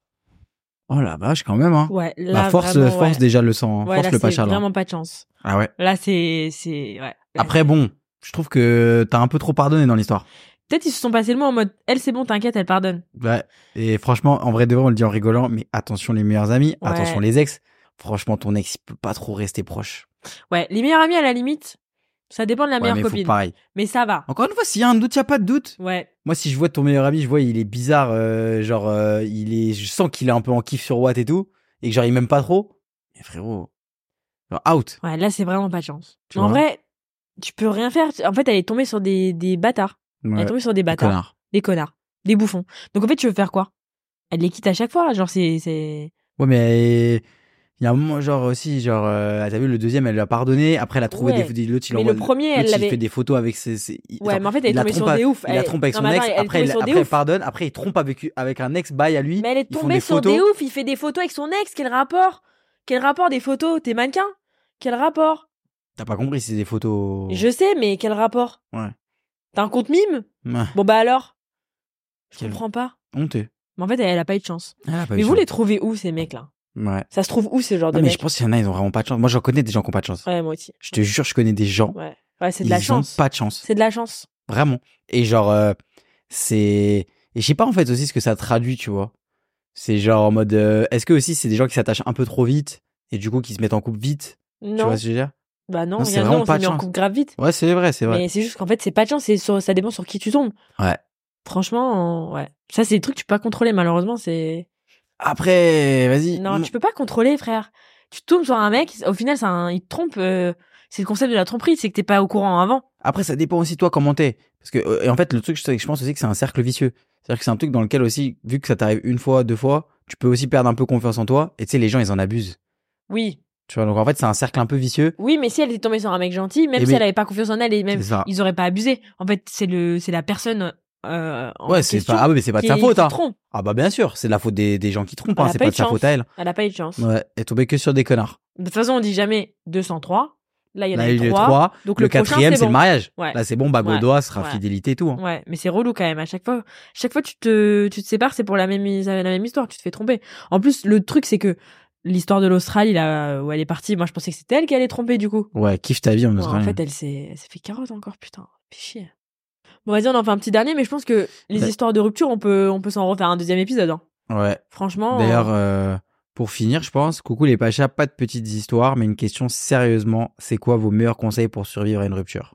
Speaker 2: Oh la vache quand même hein.
Speaker 1: Ouais,
Speaker 2: La
Speaker 1: là
Speaker 2: force
Speaker 1: vraiment,
Speaker 2: force
Speaker 1: ouais.
Speaker 2: déjà le sang, hein.
Speaker 1: Ouais,
Speaker 2: force
Speaker 1: là,
Speaker 2: le
Speaker 1: c'est
Speaker 2: pacha là.
Speaker 1: vraiment pas de chance.
Speaker 2: Ah ouais.
Speaker 1: Là c'est c'est ouais.
Speaker 2: Après bon, je trouve que t'as un peu trop pardonné dans l'histoire.
Speaker 1: Peut-être ils se sont passés le mot en mode elle c'est bon, t'inquiète, elle pardonne.
Speaker 2: Ouais. Bah, Et franchement, en vrai de vrai, on le dit en rigolant, mais attention les meilleurs amis,
Speaker 1: Ouais.
Speaker 2: attention les ex. Franchement, ton ex il peut pas trop rester proche.
Speaker 1: Ouais, les meilleurs amis à la limite, ça dépend de la
Speaker 2: ouais,
Speaker 1: meilleure
Speaker 2: mais faut
Speaker 1: copine.
Speaker 2: pareil.
Speaker 1: Mais ça va.
Speaker 2: Encore une fois, s'il y a un doute, il y a pas de doute.
Speaker 1: Ouais.
Speaker 2: Moi, si je vois ton meilleur ami, je vois il est bizarre, euh, genre euh, il est, je sens qu'il est un peu en kiff sur Watt et tout, et que genre il m'aime pas trop. Mais frérot, genre, out.
Speaker 1: Ouais, là c'est vraiment pas de chance.
Speaker 2: Tu
Speaker 1: en
Speaker 2: vois
Speaker 1: vrai, tu peux rien faire. En fait, elle est tombée sur des, des bâtards. Elle est tombée sur des bâtards.
Speaker 2: Connard.
Speaker 1: Des connards. Des bouffons. Donc en fait, tu veux faire quoi Elle les quitte à chaque fois. Genre, c'est. c'est...
Speaker 2: Ouais, mais euh, il y a un moment, genre aussi, genre euh, t'as vu le deuxième, elle l'a pardonné. Après, elle a trouvé
Speaker 1: Ouais.
Speaker 2: des, des l'autre, il
Speaker 1: Mais
Speaker 2: envoie
Speaker 1: le premier, elle
Speaker 2: l'autre, il
Speaker 1: l'avait.
Speaker 2: fait des photos avec ses. ses- il-
Speaker 1: Ouais,
Speaker 2: genre,
Speaker 1: mais en fait, elle
Speaker 2: il
Speaker 1: est
Speaker 2: la
Speaker 1: tombée sur
Speaker 2: trompe
Speaker 1: des
Speaker 2: à-
Speaker 1: ouf.
Speaker 2: Il la trompe avec
Speaker 1: non,
Speaker 2: son
Speaker 1: mais
Speaker 2: ex.
Speaker 1: attends, elle est
Speaker 2: après, il,
Speaker 1: tombée sur
Speaker 2: après,
Speaker 1: des
Speaker 2: elle
Speaker 1: ouf.
Speaker 2: pardonne. Après, il trompe avec avec un ex. Bye à lui.
Speaker 1: Mais elle est
Speaker 2: Ils font
Speaker 1: tombée
Speaker 2: des
Speaker 1: sur
Speaker 2: photos.
Speaker 1: des ouf. Il fait des photos avec son ex. Quel rapport Quel rapport des photos T'es mannequin Quel rapport
Speaker 2: T'as pas compris, c'est des photos.
Speaker 1: Je sais, mais quel rapport
Speaker 2: Oh. Ouais.
Speaker 1: T'as un compte mime
Speaker 2: Ouais,
Speaker 1: Bon bah alors Je
Speaker 2: Quel-
Speaker 1: comprends pas.
Speaker 2: honteux.
Speaker 1: Mais en fait, elle, elle a pas eu de chance.
Speaker 2: Elle a pas eu
Speaker 1: mais vous
Speaker 2: chaud.
Speaker 1: les trouvez où ces mecs là
Speaker 2: Ouais.
Speaker 1: Ça se trouve où ce genre de
Speaker 2: Non, mais
Speaker 1: mecs
Speaker 2: je pense qu'il y en a, ils ont vraiment pas de chance. Moi, j'en connais des gens qui ont pas de chance.
Speaker 1: Ouais, moi aussi.
Speaker 2: Je te jure, je connais des gens.
Speaker 1: Ouais, ouais c'est de
Speaker 2: ils
Speaker 1: la
Speaker 2: ont
Speaker 1: chance.
Speaker 2: pas de chance.
Speaker 1: C'est de la chance.
Speaker 2: Vraiment. Et genre, euh, c'est. Et je sais pas en fait aussi ce que ça traduit, tu vois. C'est genre en mode. euh, Est-ce que aussi c'est des gens qui s'attachent un peu trop vite et du coup qui se mettent en couple vite Tu
Speaker 1: Non,
Speaker 2: vois ce que je veux dire
Speaker 1: bah non,
Speaker 2: Non, c'est
Speaker 1: regarde, non,
Speaker 2: vraiment
Speaker 1: on
Speaker 2: pas
Speaker 1: s'est
Speaker 2: de
Speaker 1: mis en
Speaker 2: chance.
Speaker 1: couple grave vite.
Speaker 2: Ouais, c'est vrai, c'est vrai.
Speaker 1: Mais c'est juste qu'en fait, c'est pas de chance, c'est sur- ça dépend sur qui tu tombes.
Speaker 2: Ouais.
Speaker 1: Franchement, euh, ouais. Ça, c'est des trucs que tu peux pas contrôler, malheureusement. c'est
Speaker 2: Après, vas-y.
Speaker 1: Non,
Speaker 2: Moi-
Speaker 1: tu peux pas contrôler, frère. Tu tombes sur un mec, au final, c'est un... il te trompe. euh, C'est le concept de la tromperie, c'est que t'es pas au courant avant.
Speaker 2: Après, ça dépend aussi de toi comment t'es. Parce que, euh, et en fait, le truc, c'est que je pense aussi que c'est un cercle vicieux. C'est-à-dire que c'est un truc dans lequel aussi, vu que ça t'arrive une fois, deux fois, tu peux aussi perdre un peu confiance en toi. Et tu sais, les gens, ils en abusent.
Speaker 1: Oui.
Speaker 2: Tu vois, donc en fait, c'est un cercle un peu vicieux.
Speaker 1: Oui, mais si elle était tombée sur un mec gentil, même
Speaker 2: Eh
Speaker 1: si
Speaker 2: mais-
Speaker 1: elle avait pas confiance en elle et même
Speaker 2: C'est ça.
Speaker 1: ils auraient pas abusé. En fait, c'est le c'est la personne euh, en
Speaker 2: Ouais, c'est
Speaker 1: question
Speaker 2: pas, ah, ouais, mais c'est pas de
Speaker 1: qui-
Speaker 2: sa faute,
Speaker 1: qui
Speaker 2: hein.
Speaker 1: trompe. Bah,
Speaker 2: Ah, bah, bien sûr, c'est de la faute des, des gens qui trompent,
Speaker 1: Elle
Speaker 2: hein.
Speaker 1: a
Speaker 2: C'est
Speaker 1: pas
Speaker 2: pas
Speaker 1: eu
Speaker 2: de sa
Speaker 1: chance.
Speaker 2: faute à elle.
Speaker 1: Elle a pas eu de chance.
Speaker 2: Ouais, elle est tombée que sur des connards.
Speaker 1: hein. De toute façon, on dit jamais 203. Là, il y en
Speaker 2: Là,
Speaker 1: a eu
Speaker 2: il y a eu
Speaker 1: trois.
Speaker 2: trois.
Speaker 1: Donc
Speaker 2: Le,
Speaker 1: le, prochain,
Speaker 2: quatrième, c'est
Speaker 1: bon.
Speaker 2: le mariage.
Speaker 1: Ouais.
Speaker 2: Là, c'est bon, bah,
Speaker 1: Ouais.
Speaker 2: Gaudois sera
Speaker 1: Ouais.
Speaker 2: fidélité et tout. hein.
Speaker 1: Ouais, mais c'est relou quand même. À chaque fois, chaque fois tu te, tu te sépares, c'est pour la même, la même histoire. Tu te fais tromper. En plus, le truc, c'est que l'histoire de l'Australie, là où elle est partie, moi, je pensais que c'était elle qui allait tromper du coup.
Speaker 2: Ouais, kiffe ta vie, on
Speaker 1: Ouais,
Speaker 2: Australie.
Speaker 1: en fait, elle s'est, elle s'est fait carotte encore, putain. Fait chier. Bon, vas-y, on en fait un petit dernier, mais je pense que les
Speaker 2: Bah-
Speaker 1: histoires de rupture, on peut, on peut s'en refaire un deuxième épisode. hein.
Speaker 2: Ouais.
Speaker 1: Franchement.
Speaker 2: D'ailleurs,
Speaker 1: euh,
Speaker 2: euh, pour finir, je pense, coucou les Pachas, pas de petites histoires, mais une question sérieusement, c'est quoi vos meilleurs conseils pour survivre à une rupture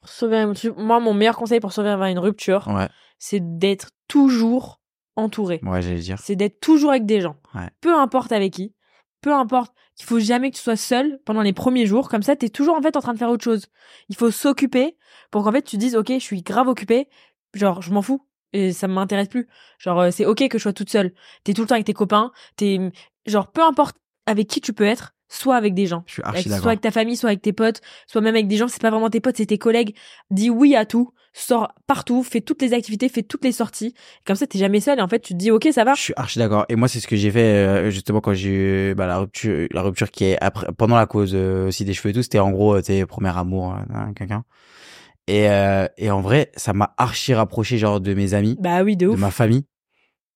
Speaker 1: pour sauver un- moi, mon meilleur conseil pour sauver une rupture,
Speaker 2: Ouais,
Speaker 1: c'est d'être toujours entouré.
Speaker 2: ouais, j'allais dire.
Speaker 1: c'est d'être toujours avec des gens.
Speaker 2: Ouais.
Speaker 1: Peu importe avec qui, peu importe, il faut jamais que tu sois seul pendant les premiers jours, comme ça tu es toujours en fait en train de faire autre chose. Il faut s'occuper pour qu'en fait tu dises OK, je suis grave occupé, genre je m'en fous. et ça m'intéresse plus. Genre, euh, c'est ok que je sois toute seule. T'es tout le temps avec tes copains. T'es genre peu importe avec qui tu peux être, soit avec des gens.
Speaker 2: Je suis
Speaker 1: Avec-
Speaker 2: archi
Speaker 1: soit
Speaker 2: d'accord.
Speaker 1: avec ta famille, soit avec tes potes, soit même avec des gens, c'est pas vraiment tes potes, c'est tes collègues. Dis oui à tout, sors partout, fais toutes les activités, fais toutes les sorties. Comme ça, t'es jamais seul et en fait, tu te dis, ok, ça va.
Speaker 2: Je suis archi d'accord. Et moi, c'est ce que j'ai fait euh, justement quand j'ai eu bah, la rupture, la rupture qui est après, pendant la cause euh, aussi des cheveux et tout. C'était en gros, euh, tu sais, premier amour, euh, hein, quelqu'un. Et, euh, et en vrai, ça m'a archi rapproché genre de mes amis,
Speaker 1: Bah oui, de
Speaker 2: de
Speaker 1: ouf.
Speaker 2: ma famille.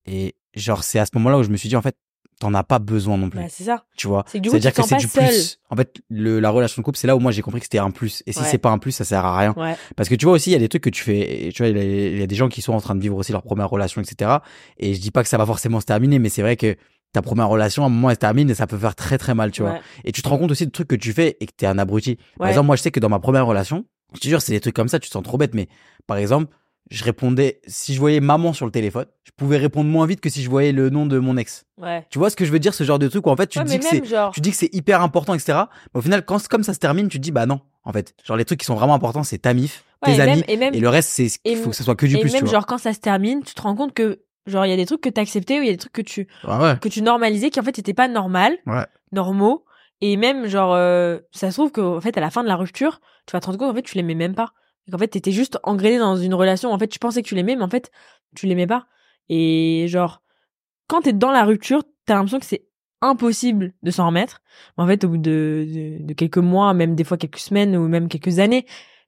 Speaker 2: Et genre, c'est à ce moment-là où je me suis dit en fait, t'en as pas besoin non plus.
Speaker 1: Bah, c'est ça.
Speaker 2: tu vois.
Speaker 1: C'est que du coup,
Speaker 2: C'est-à-dire
Speaker 1: tu
Speaker 2: que
Speaker 1: te
Speaker 2: c'est
Speaker 1: sens
Speaker 2: du
Speaker 1: pas
Speaker 2: plus. En fait, le, la relation de couple, c'est là où moi j'ai compris que c'était un plus. Et si
Speaker 1: Ouais.
Speaker 2: c'est pas un plus, ça sert à rien.
Speaker 1: Ouais.
Speaker 2: Parce que tu vois aussi, il y a des trucs que tu fais. et Tu vois, il y, a- il y a des gens qui sont en train de vivre aussi leur première relation, etc. Et je dis pas que ça va forcément se terminer, mais c'est vrai que ta première relation, à un moment, elle se termine et ça peut faire très très mal, tu vois.
Speaker 1: Ouais.
Speaker 2: Et tu te rends compte aussi de trucs que tu fais et que t'es un abruti. Par
Speaker 1: Ouais.
Speaker 2: exemple, moi, je sais que dans ma première relation, je te jure, c'est des trucs comme ça, tu te sens trop bête, mais par exemple, je répondais, si je voyais maman sur le téléphone, je pouvais répondre moins vite que si je voyais le nom de mon ex.
Speaker 1: Ouais.
Speaker 2: Tu vois ce que je veux dire, ce genre de truc où en fait, tu
Speaker 1: Ouais,
Speaker 2: te
Speaker 1: mais
Speaker 2: dis que c'est
Speaker 1: même genre.
Speaker 2: tu dis que c'est hyper important, etc. Mais au final, quand comme ça se termine, tu te dis bah non, en fait, genre les trucs qui sont vraiment importants, c'est ta mif,
Speaker 1: Ouais,
Speaker 2: tes
Speaker 1: et même-
Speaker 2: amis,
Speaker 1: et même-
Speaker 2: le reste, c'est
Speaker 1: et
Speaker 2: il faut que ça soit que du
Speaker 1: Et
Speaker 2: plus,
Speaker 1: même
Speaker 2: tu vois.
Speaker 1: genre quand ça se termine, tu te rends compte que genre il y a des trucs que t'as accepté ou il y a des trucs que tu
Speaker 2: Ouais, ouais.
Speaker 1: que tu normalisais qui en fait étaient pas normal,
Speaker 2: Ouais.
Speaker 1: normaux. Et même genre euh, ça se trouve qu'en fait à la fin de la rupture, tu vas te rendre compte en fait tu l'aimais même pas. En fait t'étais juste engrainé dans une relation. En fait tu pensais que tu l'aimais mais en fait tu l'aimais pas. Et genre quand t'es dans la rupture, t'as l'impression que c'est impossible de s'en remettre. Mais en fait au bout de, de, de quelques mois, même des fois quelques semaines ou même quelques années,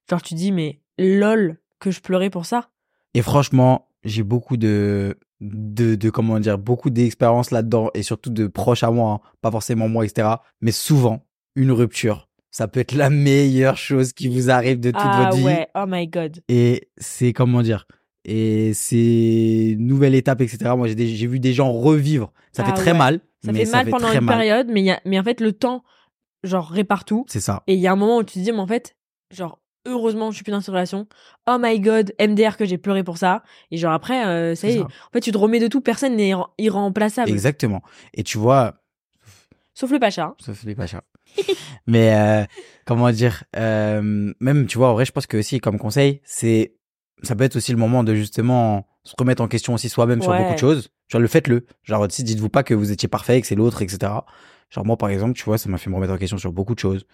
Speaker 1: genre tu dis mais lol que je pleurais pour ça.
Speaker 2: Et franchement, j'ai beaucoup de, de, de- comment dire, beaucoup d'expériences là-dedans et surtout de proches à moi, hein. pas forcément moi, etc. Mais souvent, une rupture, ça peut être la meilleure chose qui vous arrive de toute
Speaker 1: ah
Speaker 2: votre vie.
Speaker 1: ouais, oh my god.
Speaker 2: et c'est comment dire et c'est une nouvelle étape etc moi j'ai des- j'ai vu des gens revivre ça
Speaker 1: Ah
Speaker 2: fait très
Speaker 1: ouais.
Speaker 2: mal
Speaker 1: Ça
Speaker 2: mais
Speaker 1: fait mal pendant
Speaker 2: très
Speaker 1: une
Speaker 2: mal.
Speaker 1: période, mais, il y a, mais en fait, le temps, genre, répare tout.
Speaker 2: c'est ça
Speaker 1: Et il y a un moment où tu te dis, mais en fait, genre, heureusement, je suis plus dans cette relation. Oh my god, MDR que j'ai pleuré pour ça. Et genre, après, euh, ça
Speaker 2: C'est
Speaker 1: y est.
Speaker 2: ça.
Speaker 1: En fait, tu te remets de tout, personne n'est irre- irremplaçable.
Speaker 2: exactement et tu vois
Speaker 1: Sauf le Pacha. hein.
Speaker 2: ça fait pas cher mais euh, comment dire euh, même tu vois en vrai je pense que aussi comme conseil c'est ça peut être aussi le moment de justement se remettre en question aussi soi-même sur
Speaker 1: Ouais.
Speaker 2: beaucoup de choses genre le faites-le genre si dites-vous pas que vous étiez parfait que c'est l'autre etc genre moi par exemple tu vois ça m'a fait me remettre en question sur beaucoup de choses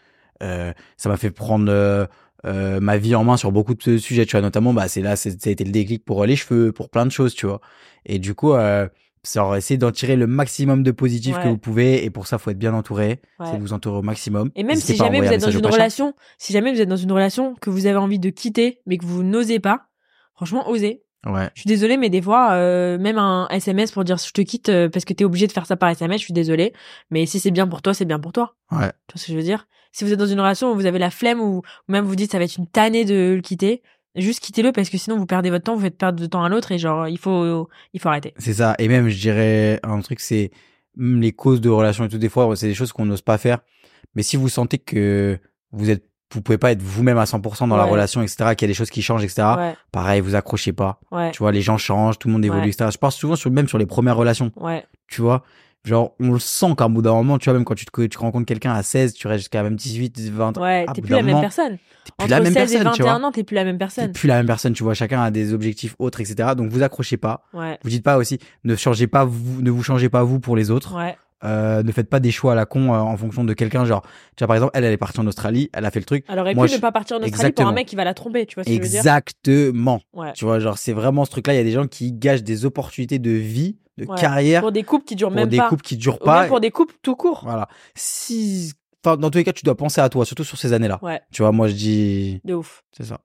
Speaker 2: Euh, ça m'a fait prendre euh, euh, ma vie en main sur beaucoup de sujets tu vois notamment bah c'est là c'est- ça a été le déclic pour euh, les cheveux pour plein de choses tu vois et du coup euh, c'est genre essayer d'en tirer le maximum de positif que
Speaker 1: Ouais.
Speaker 2: vous pouvez et pour ça faut être bien entouré
Speaker 1: Ouais.
Speaker 2: c'est de vous entourer au maximum
Speaker 1: Et même
Speaker 2: N'hésitez
Speaker 1: si
Speaker 2: pas à
Speaker 1: jamais vous
Speaker 2: envoyer un
Speaker 1: êtes dans
Speaker 2: message au
Speaker 1: une
Speaker 2: Pacha.
Speaker 1: relation, si jamais vous êtes dans une relation que vous avez envie de quitter, mais que vous n'osez pas, franchement, osez.
Speaker 2: ouais
Speaker 1: Je suis désolée, mais des fois, euh, même un SMS pour dire je te quitte euh, parce que t'es obligé de faire ça par SMS, je suis désolée. Mais si c'est bien pour toi, c'est bien pour toi.
Speaker 2: ouais
Speaker 1: Tu vois ce que je veux dire Si vous êtes dans une relation où vous avez la flemme ou même vous dites ça va être une tannée de le quitter, juste quittez-le parce que sinon vous perdez votre temps, vous faites perdre de temps à l'autre et genre il faut il faut arrêter.
Speaker 2: c'est ça et même je dirais un truc c'est hum, les causes de relations et tout des fois c'est des choses qu'on n'ose pas faire mais si vous sentez que vous êtes vous pouvez pas être vous-même à 100% dans la
Speaker 1: Ouais.
Speaker 2: relation etc qu'il y a des choses qui changent etc
Speaker 1: ouais,
Speaker 2: pareil vous accrochez pas
Speaker 1: ouais,
Speaker 2: Ah. tu vois les gens changent tout le monde évolue
Speaker 1: Ouais.
Speaker 2: etc je pense souvent sur même sur les premières relations
Speaker 1: ouais,
Speaker 2: tu vois genre on le sent qu'à un bout d'un moment tu vois même quand tu te, tu rencontres quelqu'un à 16 tu restes jusqu'à même 18 20
Speaker 1: ouais.
Speaker 2: à
Speaker 1: T'es
Speaker 2: bout
Speaker 1: plus la
Speaker 2: d'un
Speaker 1: même
Speaker 2: moment,
Speaker 1: personne.
Speaker 2: t'es plus
Speaker 1: Entre
Speaker 2: la même
Speaker 1: 16 et
Speaker 2: personne tu vois
Speaker 1: 21 ans, t'es plus la même
Speaker 2: t'es
Speaker 1: personne.
Speaker 2: plus la même personne tu vois chacun a des objectifs autres etc donc vous accrochez pas
Speaker 1: Ouais,
Speaker 2: vous dites pas aussi ne changez pas vous ne vous changez pas vous pour les autres
Speaker 1: ouais,
Speaker 2: Euh, ne faites pas des choix à la con euh, en fonction de quelqu'un genre tu vois par exemple elle elle est partie en Australie elle a fait le truc
Speaker 1: Alors, et
Speaker 2: Moi,
Speaker 1: puis ne
Speaker 2: je-
Speaker 1: pas partir en Australie pour
Speaker 2: Exactement.
Speaker 1: un mec qui va la tromper, tu vois ce que je veux dire
Speaker 2: exactement
Speaker 1: Ouais.
Speaker 2: tu vois genre c'est vraiment ce truc là il y a des gens qui gâchent des opportunités de vie de
Speaker 1: Ouais.
Speaker 2: carrière
Speaker 1: Pour des couples qui durent
Speaker 2: pour
Speaker 1: même
Speaker 2: des
Speaker 1: pas.
Speaker 2: couples qui durent
Speaker 1: Ou
Speaker 2: pas
Speaker 1: même pour des couples tout court.
Speaker 2: voilà si enfin dans tous les cas tu dois penser à toi surtout sur ces années là
Speaker 1: Ouais.
Speaker 2: tu vois moi je dis
Speaker 1: De ouf.
Speaker 2: c'est ça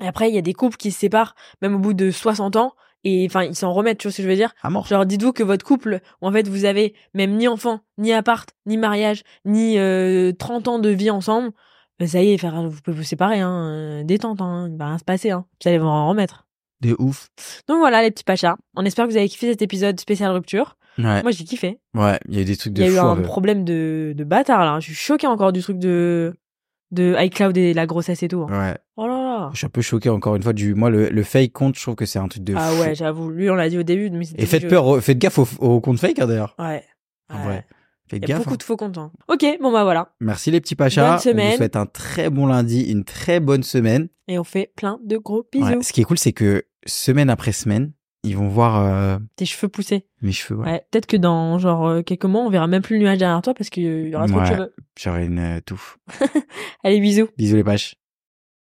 Speaker 1: Et après, il y a des couples qui se séparent même au bout de 60 ans et enfin ils s'en remettent, tu vois ce que je veux dire
Speaker 2: à mort
Speaker 1: Genre, dites-vous que votre couple, où en fait, vous avez même ni enfant, ni appart, ni mariage, ni euh, 30 ans de vie ensemble, ben, ça y est, faire- vous pouvez vous séparer, hein, euh, détente, hein, il va rien se passer, hein, vous allez vous en remettre.
Speaker 2: de ouf
Speaker 1: Donc voilà, les petits pachas, on espère que vous avez kiffé cet épisode spécial rupture.
Speaker 2: ouais
Speaker 1: Moi, j'ai kiffé.
Speaker 2: ouais il y a eu des trucs
Speaker 1: Il y
Speaker 2: de
Speaker 1: a eu
Speaker 2: fou en
Speaker 1: un
Speaker 2: vrai.
Speaker 1: problème de, de bâtard, là, hein, je suis choquée encore du truc de, de iCloud et la grossesse et tout. hein.
Speaker 2: ouais
Speaker 1: Oh là là
Speaker 2: Je suis un peu choqué encore une fois du moi le, le fake compte, je trouve que c'est un truc de
Speaker 1: Ah
Speaker 2: fou.
Speaker 1: ouais, j'avoue, lui, on l'a dit au début, mais c'était
Speaker 2: Et faites
Speaker 1: du-
Speaker 2: peur, au- faites gaffe au, au compte fake hein, d'ailleurs.
Speaker 1: Ouais.
Speaker 2: En
Speaker 1: Ouais.
Speaker 2: vrai. Faites
Speaker 1: Il y a
Speaker 2: gaffe.
Speaker 1: beaucoup
Speaker 2: hein.
Speaker 1: de faux contents. Ok, bon bah voilà.
Speaker 2: Merci les petits pachas.
Speaker 1: Bonne semaine.
Speaker 2: On vous souhaite un très bon lundi, une très bonne semaine.
Speaker 1: Et on fait plein de gros bisous.
Speaker 2: Ouais. Ce qui est cool, c'est que semaine après semaine, ils vont voir euh,
Speaker 1: Tes cheveux poussés.
Speaker 2: mes cheveux. ouais.
Speaker 1: Ouais. Peut-être que dans genre euh, quelques mois, on verra même plus le nuage derrière toi parce qu'il y aura trop de
Speaker 2: Ouais.
Speaker 1: cheveux.
Speaker 2: J'aurai une euh, touffe.
Speaker 1: Allez, bisous.
Speaker 2: Bisous les paches.